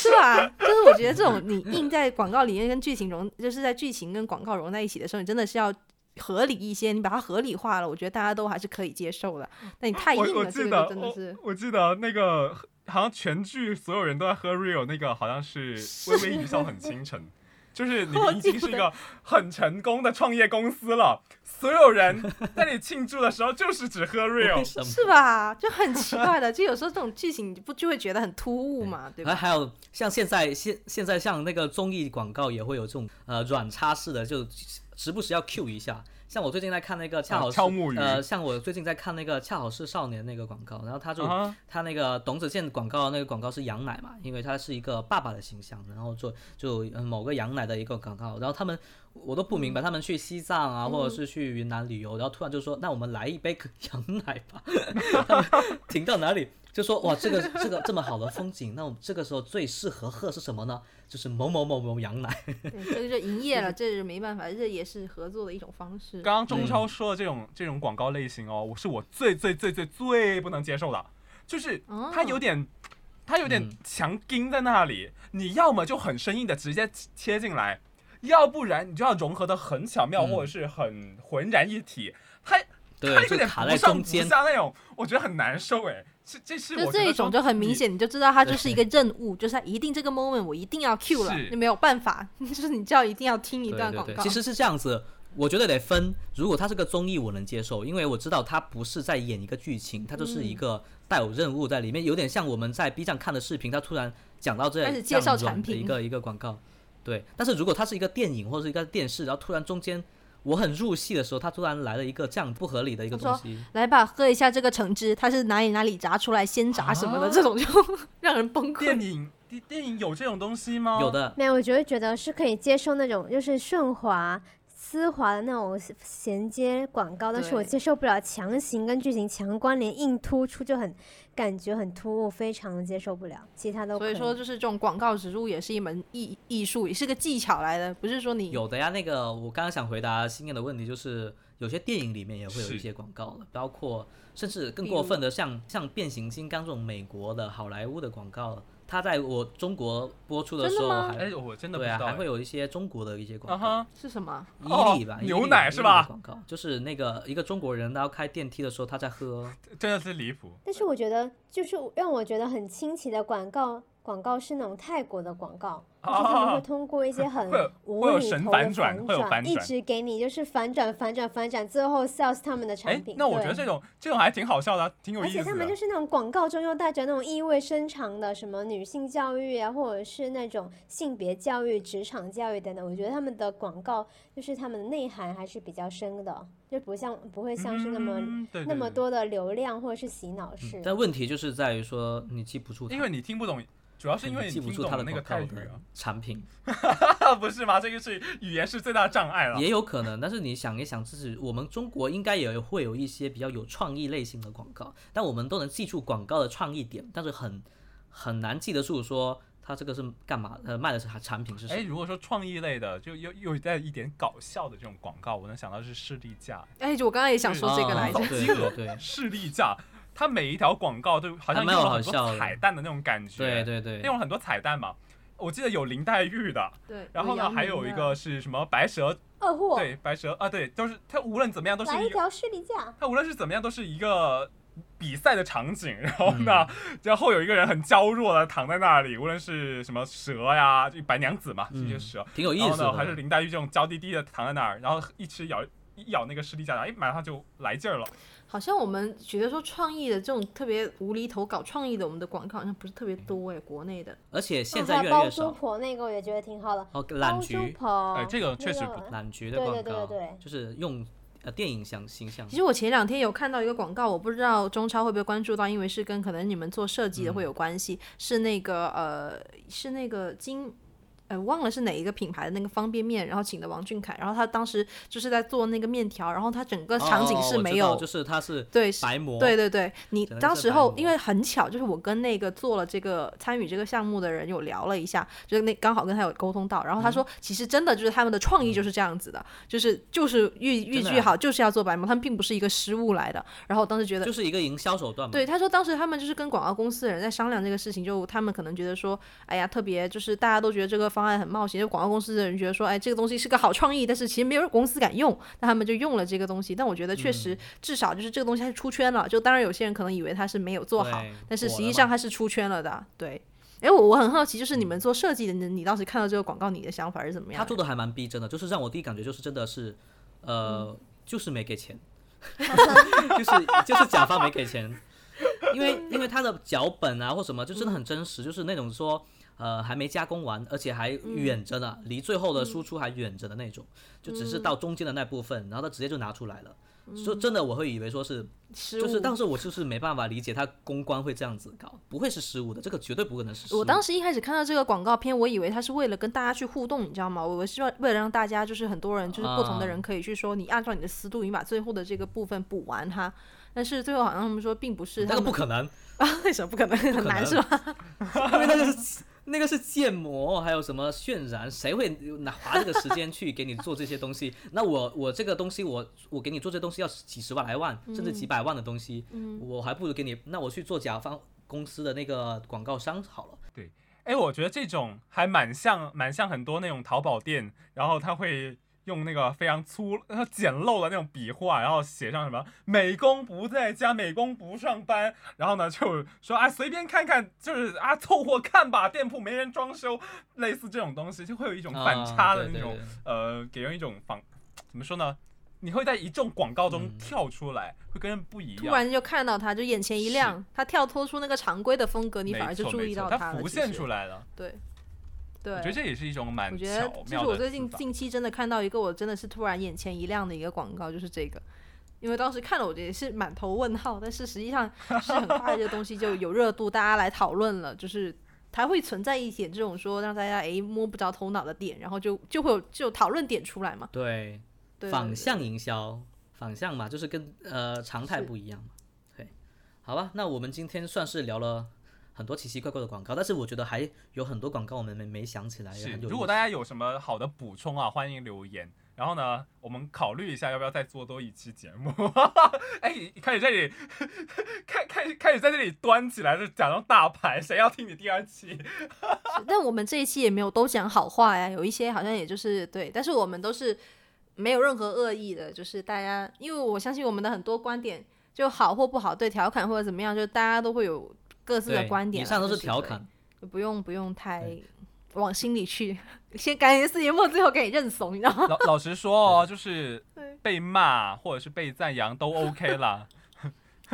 Speaker 3: 对吧？ 就是我觉得这种你硬在广告里面跟剧情融，就是在剧情跟广告融在一起的时候，你真的是要。合理一些，你把它合理化了，我觉得大家都还是可以接受的。那你太硬
Speaker 4: 我我
Speaker 3: 了，这
Speaker 4: 记
Speaker 3: 个
Speaker 4: 得哦
Speaker 3: 就真的是
Speaker 4: 我我记得那个好像全剧所有人都在喝 Rio，那个好像是微微一笑很倾 城。就是你们已经是一个很成功的创业公司了，所有人在你庆祝的时候就是只喝
Speaker 1: 为
Speaker 4: Rio，
Speaker 1: 什么？
Speaker 3: 是吧？就很奇怪的，就有时候这种剧情你不就会觉得很突兀嘛，对
Speaker 1: 然
Speaker 4: 哎
Speaker 3: 吧？
Speaker 1: 后还有像现在现现在像那个综艺广告也会有这种呃软插式的，就时不时要 Q 一下。像我最近在看那个恰
Speaker 4: 啊
Speaker 1: 好是、
Speaker 4: 敲木鱼
Speaker 1: 呃，像我最近在看那个恰好是少年那个广告，然后他就、
Speaker 4: 啊哈
Speaker 1: 他那个董子健广告那个广告是羊奶嘛，因为他是一个爸爸的形象，然后做就呃某个羊奶的一个广告，然后他们我都不明白，他们去西藏啊，或者是去云南旅游，然后突然就说那我们来一杯羊奶吧， 停到哪里？就说哇，这个这个这么好的风景，那我们这个时候最适合喝是什么呢？就是某某某某羊奶。
Speaker 3: 这个就营业了，这是没办法，这也是合作的一种方式。
Speaker 4: 刚刚中
Speaker 1: 嗯
Speaker 4: 超说的这种这种广告类型哦，我是我最最最最最不能接受的，就是
Speaker 3: 哦
Speaker 4: 它有点，它有点
Speaker 1: 嗯
Speaker 4: 强盯在那里，你要么就很生硬的直接切进来，要不然你就要融合的很巧妙、
Speaker 1: 嗯
Speaker 4: 或者是很浑然一体，它
Speaker 1: 对
Speaker 4: 它 有
Speaker 1: 就
Speaker 4: 点
Speaker 1: 卡
Speaker 4: 不
Speaker 1: 在
Speaker 4: 上
Speaker 1: 中
Speaker 4: 不
Speaker 1: 间
Speaker 4: 下那种，我觉得很难受哎，这这是
Speaker 3: 就
Speaker 4: 我
Speaker 3: 这一种就很明
Speaker 4: 显。
Speaker 3: 显，你就知道 它就是一个任务，就是它一定这个 moment 我一定要 Q 了
Speaker 4: 是，
Speaker 3: 就没有办法， 就是你知道一定要听一
Speaker 1: 对
Speaker 3: 段
Speaker 1: 对
Speaker 3: 广
Speaker 1: 对
Speaker 3: 告。
Speaker 1: 其实是这样子，我觉得得分。如果它是个综艺，我能接受，因为我知道它不是在演一个剧情，它就是一个带有任务在里面，有点像我们在 B 站看的视频，它突然讲到这
Speaker 3: 开始介绍产品
Speaker 1: 这样软的一个一个广告。对，但是如果它是一个电影或者是一个电视，然后突然中间我很入戏的时候，它突然来了一个这样不合理的一个
Speaker 3: 他
Speaker 1: 东
Speaker 3: 说
Speaker 1: 西。
Speaker 3: 来吧，喝
Speaker 4: 啊
Speaker 3: 一下这个橙汁，它是哪里哪里炸出来，鲜炸什么的，这种就 让人崩溃
Speaker 4: 电。影电电影有这种东西吗？
Speaker 1: 有，的，
Speaker 6: 没有，我就会觉得是可以接受那种就是顺滑、丝滑的那种衔接广告，但是我
Speaker 3: 对
Speaker 6: 接受不了强行跟剧情强关联、硬突出，就很感觉很突兀，非常的接受不了。其他都
Speaker 3: 所以
Speaker 6: 可
Speaker 3: 说，就是这种广告植入也是一门艺艺术，也是个技巧来的，不是说你
Speaker 1: 有的呀。那个我刚刚想回答新燕的问题，就是有些电影里面也会有
Speaker 4: 是
Speaker 1: 一些广告了，包括甚至更
Speaker 3: 比
Speaker 1: 过
Speaker 3: 如
Speaker 1: 分的像，像变形金刚这种美国的好莱坞的广告了，它在我中国播出的
Speaker 3: 真
Speaker 1: 时
Speaker 3: 的
Speaker 1: 候
Speaker 3: 吗
Speaker 1: 还
Speaker 4: 哎，我真的不
Speaker 1: 对
Speaker 4: 知
Speaker 1: 啊，
Speaker 4: 道
Speaker 1: 还会
Speaker 4: 哎。
Speaker 1: 有一些中国的一些
Speaker 4: 啊
Speaker 1: 广告。
Speaker 4: 哈，
Speaker 3: 是什么？
Speaker 4: 哦
Speaker 1: 伊利吧，伊利
Speaker 4: 牛奶
Speaker 1: 伊利
Speaker 4: 是吧
Speaker 1: 的广告就是那个一个中国人，然后开电梯的时候他在喝，
Speaker 4: 真的是离谱。
Speaker 6: 但是我觉得，就是让我觉得很新奇的广告，广告是那种泰国的广告，就是他们
Speaker 4: 啊
Speaker 6: 会通过一些很
Speaker 4: 会有
Speaker 6: 无
Speaker 4: 会有
Speaker 6: 厘
Speaker 4: 神
Speaker 6: 头的
Speaker 4: 反转
Speaker 6: 转，
Speaker 4: 会有反
Speaker 6: 一
Speaker 4: 转
Speaker 6: 直给你就是反转、反转、反转，最后 sales 他们的产
Speaker 4: 哎
Speaker 6: 品。，
Speaker 4: 那我觉得
Speaker 6: 对
Speaker 4: 这种这种还挺好笑的啊，挺有
Speaker 6: 而
Speaker 4: 意思
Speaker 6: 且
Speaker 4: 的。
Speaker 6: 他们就是那种广告中又带着那种意味深长的什么女性教育啊，或者是那种性别教育、职场教育等等。我觉得他们的广告就是他们的内涵还是比较深的，就不像不会像是那么、
Speaker 4: 嗯对对嗯
Speaker 6: 那么
Speaker 4: 对
Speaker 6: 多的流量或者是洗脑式。
Speaker 1: 但问题就是在于说你记不住它，
Speaker 4: 因为你听不懂，主要是因为
Speaker 1: 你记
Speaker 4: 听
Speaker 1: 不住
Speaker 4: 懂
Speaker 1: 它的
Speaker 4: 那个
Speaker 1: 广
Speaker 4: 泰
Speaker 1: 告
Speaker 4: 语
Speaker 1: 的产品，
Speaker 4: 啊， 不是吗？这个是语言是最大的障碍了。
Speaker 1: 也有可能。但是你想一想，就是我们中国应该也会有一些比较有创意类型的广告，但我们都能记住广告的创意点，但是很很难记得住说它这个是干嘛，呃，卖的是产品是什
Speaker 4: 哎，
Speaker 1: 么。
Speaker 4: 如果说创意类的，就又又带一点搞笑的这种广告，我能想到是士力架，
Speaker 3: 哎，我刚刚也
Speaker 4: 嗯
Speaker 3: 想说这个来着
Speaker 1: 啊。对对对
Speaker 4: 士力架，它每一条广告都好像
Speaker 1: 还
Speaker 4: 用
Speaker 1: 蛮有
Speaker 4: 了很
Speaker 1: 好
Speaker 4: 多
Speaker 1: 笑的
Speaker 4: 彩蛋的那种感觉，
Speaker 1: 对对对
Speaker 4: 用了很多彩蛋嘛。我记得有林黛玉的，
Speaker 3: 对，
Speaker 4: 然后呢还有一个是什么白蛇，
Speaker 6: 二货，
Speaker 4: 对白蛇啊，对，都是它无论怎么样都是
Speaker 6: 来
Speaker 4: 一
Speaker 6: 一
Speaker 4: 个，
Speaker 6: 条士力架。
Speaker 4: 它无论是怎么样都是一个。比赛的场景，然后呢， 然后有一个人很娇弱的躺在那里，无论是什么蛇呀，就白娘子嘛，这些
Speaker 1: 嗯
Speaker 4: 蛇，
Speaker 1: 挺有意
Speaker 4: 然后
Speaker 1: 思的。
Speaker 4: 哦呢，还是林黛玉这种娇滴滴的躺在那儿，然后一吃咬一咬那个士力架，哎，马上就来劲儿了。
Speaker 3: 好像我们觉得说创意的这种特别无厘头搞创意的，我们的广告好像不是特别多哎，国内的。
Speaker 1: 而且现
Speaker 6: 啊
Speaker 1: 在
Speaker 6: 还
Speaker 1: 越
Speaker 6: 有
Speaker 1: 来
Speaker 6: 包
Speaker 1: 越
Speaker 6: 租
Speaker 1: 少。
Speaker 6: 婆那个我也觉得挺好的，
Speaker 1: 哦，
Speaker 6: 包
Speaker 1: 懒
Speaker 6: 租
Speaker 1: 菊，
Speaker 6: 婆，
Speaker 4: 哎这个确实
Speaker 6: 哦那
Speaker 4: 不
Speaker 6: 个
Speaker 1: 懒菊的
Speaker 6: 对
Speaker 1: 广告，
Speaker 6: 对对对对
Speaker 1: 就是用呃电影想形象
Speaker 3: 其。实我前两天有看到一个广告，我不知道中超会不会关注到，因为是跟可能你们做设计的会
Speaker 1: 嗯
Speaker 3: 有关系，是那个呃，是那个金。呃，忘了是哪一个品牌的那个方便面，然后请的王俊凯，然后他当时就是在做那个面条，然后他整个场景
Speaker 1: 哦
Speaker 3: 是
Speaker 1: 我
Speaker 3: 没
Speaker 1: 知
Speaker 3: 有，
Speaker 1: 道就是它是
Speaker 3: 对是
Speaker 1: 白膜，
Speaker 3: 对对对，你
Speaker 1: 只能
Speaker 3: 当
Speaker 1: 是
Speaker 3: 时
Speaker 1: 白
Speaker 3: 候
Speaker 1: 膜
Speaker 3: 因为很巧，就是我跟那个做了这个参与这个项目的人有聊了一下，就是那刚好跟他有沟通到，然后
Speaker 1: 嗯
Speaker 3: 他说，其实真的就是他们的创意就是这样子的，就是就是预预
Speaker 1: 真的
Speaker 3: 计
Speaker 1: 啊
Speaker 3: 好就是要做白膜，他们并不是一个失误来的。然后我当时觉得，
Speaker 1: 就是一个营销手段嘛。
Speaker 3: 对，他说当时他们就是跟广告公司的人在商量这个事情，就他们可能觉得说，哎呀，特别就是大家都觉得这个方案很冒险，就广告公司的人觉得说，哎，这个东西是个好创意，但是其实没有公司敢用，那他们就用了这个东西。但我觉得确
Speaker 1: 嗯
Speaker 3: 实，至少就是这个东西它是出圈了，就当然有些人可能以为它是没有做好
Speaker 1: 对，
Speaker 3: 但是
Speaker 1: 火
Speaker 3: 实
Speaker 1: 了
Speaker 3: 际
Speaker 1: 嘛嗯
Speaker 3: 上它是出圈了的，对。哎，我我很好奇，就是你们做设计的，你你当时看到这个广告，你的想法是怎么样
Speaker 1: 他
Speaker 3: 的？
Speaker 1: 做的还蛮逼真的，就是让我第一感觉就是真的是，呃，就是没给钱， 就是就是甲方没给钱，因为因为他的脚本啊或什么就真的很真实，就是那种说。呃，还没加工完，而且还远着
Speaker 3: 嗯
Speaker 1: 呢，离最后的输出还远着的那种，就只是到中间的那部分，然后他直接就拿出来了，就真的我会以为说是，
Speaker 3: 嗯失
Speaker 1: 就是
Speaker 3: 误
Speaker 1: 当时我就是没办法理解他公关会这样子搞，不会是失误的，这个绝对不可能是失误。
Speaker 3: 我当时一开始看到这个广告片，我以为他是为了跟大家去互动，你知道吗？我是为了让大家就是很多人就是不同的人
Speaker 1: 啊
Speaker 3: 可以去说，你按照你的思路，你把最后的这个部分补完它。但是最后好像他们说并不是，
Speaker 1: 那
Speaker 3: 他
Speaker 1: 个
Speaker 3: 们
Speaker 1: 不可能，
Speaker 3: 啊， 为什么不可能？很
Speaker 1: 可
Speaker 3: 难
Speaker 1: 能
Speaker 3: 是吧？
Speaker 1: 因为那个是那个是建模，还有什么渲染，谁会拿花这个时间去给你做这些东西？那我我这个东西，我我给你做这东西要几十万来万，甚至几百万的东西，
Speaker 3: 嗯
Speaker 1: 我还不如给你，那我去做甲方公司的那个广告商好了。
Speaker 4: 哎，我觉得这种还蛮像，蛮像很多那种淘宝店，然后他会用那个非常粗、呃简陋的那种笔画，然后写上什么“美工不在家，美工不上班”，然后呢就说啊随便看看，就是啊凑合看吧，店铺没人装修，类似这种东西，就会有一种反
Speaker 1: 啊
Speaker 4: 差的
Speaker 1: 对
Speaker 4: 那
Speaker 1: 对
Speaker 4: 种，
Speaker 1: 对
Speaker 4: 呃，给人一种仿，怎么说呢？你会在一众广告中
Speaker 1: 嗯
Speaker 4: 跳出来，会跟人不一样。
Speaker 3: 突然就看到他，就眼前一
Speaker 4: 是
Speaker 3: 亮，他跳脱出那个常规的风格，你
Speaker 4: 没
Speaker 3: 反而就
Speaker 4: 错
Speaker 3: 注
Speaker 4: 没
Speaker 3: 意
Speaker 4: 错
Speaker 3: 到
Speaker 4: 它
Speaker 3: 了。
Speaker 4: 浮现出来了。
Speaker 3: 对，对，
Speaker 4: 我觉得这也是一种蛮
Speaker 3: 我
Speaker 4: 巧
Speaker 3: 觉
Speaker 4: 妙
Speaker 3: 得
Speaker 4: 的思
Speaker 3: 这
Speaker 4: 法。
Speaker 3: 是我最近近期真的看到一个，我真的是突然眼前一亮的一个广告，就是这个。因为当时看了，我也是满头问号，但是实际上是很快这个东西就有热度，大家来讨论了，就是它会存在一点这种说让大家诶摸不着头脑的点，然后就就会有就有讨论点出来嘛。
Speaker 1: 对，
Speaker 3: 对，对
Speaker 1: 反
Speaker 3: 对
Speaker 1: 向营销，反向嘛，就是跟呃常态
Speaker 3: 是
Speaker 1: 不一样嘛。对，好吧，那我们今天算是聊了很多奇奇怪怪的广告，但是我觉得还有很多广告我们没没想起来，也
Speaker 4: 是，
Speaker 1: 很有
Speaker 4: 如果
Speaker 1: 意
Speaker 4: 大
Speaker 1: 思
Speaker 4: 家啊有什么好的补充啊，欢迎留言。然后呢，我们考虑一下要不要再做多一期节目。 哎，开始在这里，开开开始在这里端起来，就假装大牌，谁要听你第二期？
Speaker 3: 是但我们这一期也没有都讲好话呀，有一些好像也就是对，但是我们都是没有任何恶意的，就是大家，因为我相信我们的很多观点，就好或不好，对调侃或者怎么样，就大家都会有各自的
Speaker 1: 对
Speaker 3: 观点
Speaker 1: 以
Speaker 3: 啦，
Speaker 1: 上都
Speaker 3: 就是
Speaker 1: 调侃，
Speaker 3: 对，不用不用太
Speaker 1: 对
Speaker 3: 往心里去，先感觉四年末最后给你认怂，你知道 吗？
Speaker 4: 老老实说哦，就是
Speaker 3: 对
Speaker 4: 被骂或者是被赞扬都 OK 啦。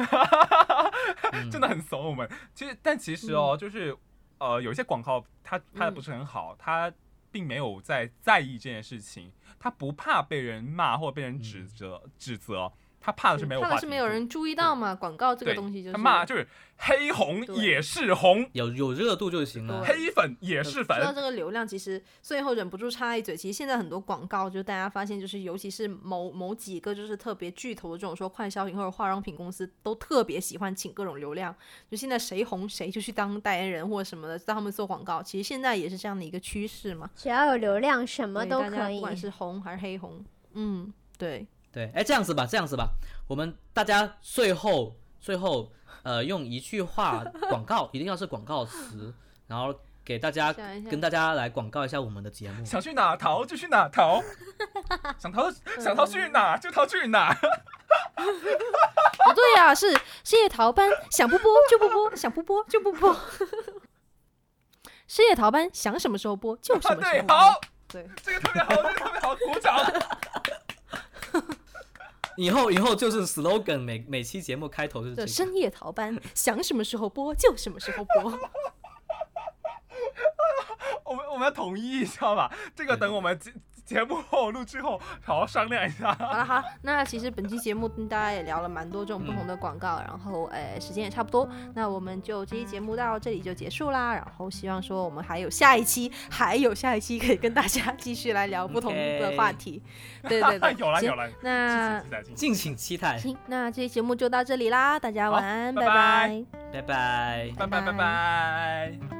Speaker 1: 嗯
Speaker 4: 真的很怂我们。其实，但其实
Speaker 3: 嗯
Speaker 4: 哦，就是呃，有一些广告它拍的不是很好，它并没有在在意这件事情，它不怕被人骂或被人指责、指责，它怕的是没有
Speaker 3: 嗯怕
Speaker 4: 话
Speaker 3: 的
Speaker 4: 题
Speaker 3: 是
Speaker 4: 度。
Speaker 3: 没有人注意到嘛，广告这个
Speaker 4: 对
Speaker 3: 东西就是
Speaker 4: 他骂就是黑红
Speaker 3: 对
Speaker 4: 也是红，
Speaker 1: 有有热度就行了
Speaker 3: 对。
Speaker 4: 黑粉也是
Speaker 3: 说到
Speaker 4: 粉。
Speaker 3: 这个流量，其实最后忍不住插一嘴，其实现在很多广告，就大家发现，就是尤其是某某几个就是特别巨头的这种说快消品或者化妆品公司，都特别喜欢请各种流量，就现在谁红谁就去当代言人或者什么的，让他们做广告。其实现在也是这样的一个趋势嘛，
Speaker 6: 只要有流量，什么
Speaker 3: 对
Speaker 6: 都
Speaker 3: 大家
Speaker 6: 可以
Speaker 3: 不。管是红还是黑红，嗯，对，
Speaker 1: 对，哎，这样子吧，这样子吧，我们大家最后最后呃用一句话广告，一定要是广告 词，然后给大家
Speaker 3: 想一下
Speaker 1: 跟大家来广告一下我们的节目。
Speaker 4: 想去哪逃就去哪逃，想逃想逃去哪就逃去哪。
Speaker 3: 不哦对呀、是事业逃班，想不播就不播，想不播就不播。 事业逃班，想什么时候播就 什
Speaker 4: 啊，
Speaker 3: 么 时
Speaker 4: 对
Speaker 3: 候，播。
Speaker 4: 好，
Speaker 3: 对，
Speaker 4: 这个特别好，这个特别好，鼓掌。
Speaker 1: 以后以后就是 slogan，每每期节目开头就是这个。
Speaker 3: 这
Speaker 4: 啊
Speaker 3: 深夜逃班，想什么时候播就什么时 候播。
Speaker 4: 我们我们要统一一下吧，这个
Speaker 1: 对
Speaker 4: 等我们节节目后录制后好好商量一下。
Speaker 3: 好了好，那其实本期节目大家也聊了蛮多这种不同
Speaker 4: 嗯
Speaker 3: 的广告，然后呃时间也差不多，那我们就这期节目到这里就结束啦。然后希望说我们还有下一期，还有下一期可以跟大家 继续来聊不同的
Speaker 1: OK
Speaker 3: 话题。 对对 对，
Speaker 4: 有了
Speaker 3: 行
Speaker 4: 有了，
Speaker 3: 那
Speaker 1: 敬
Speaker 4: 敬请期待，敬请期待
Speaker 1: 请期待，
Speaker 3: 行，那这期节目就到这里啦，大家
Speaker 4: 好
Speaker 3: 晚安，
Speaker 4: 拜
Speaker 3: 拜
Speaker 1: 拜
Speaker 4: 拜
Speaker 1: 拜。
Speaker 4: 拜拜拜拜。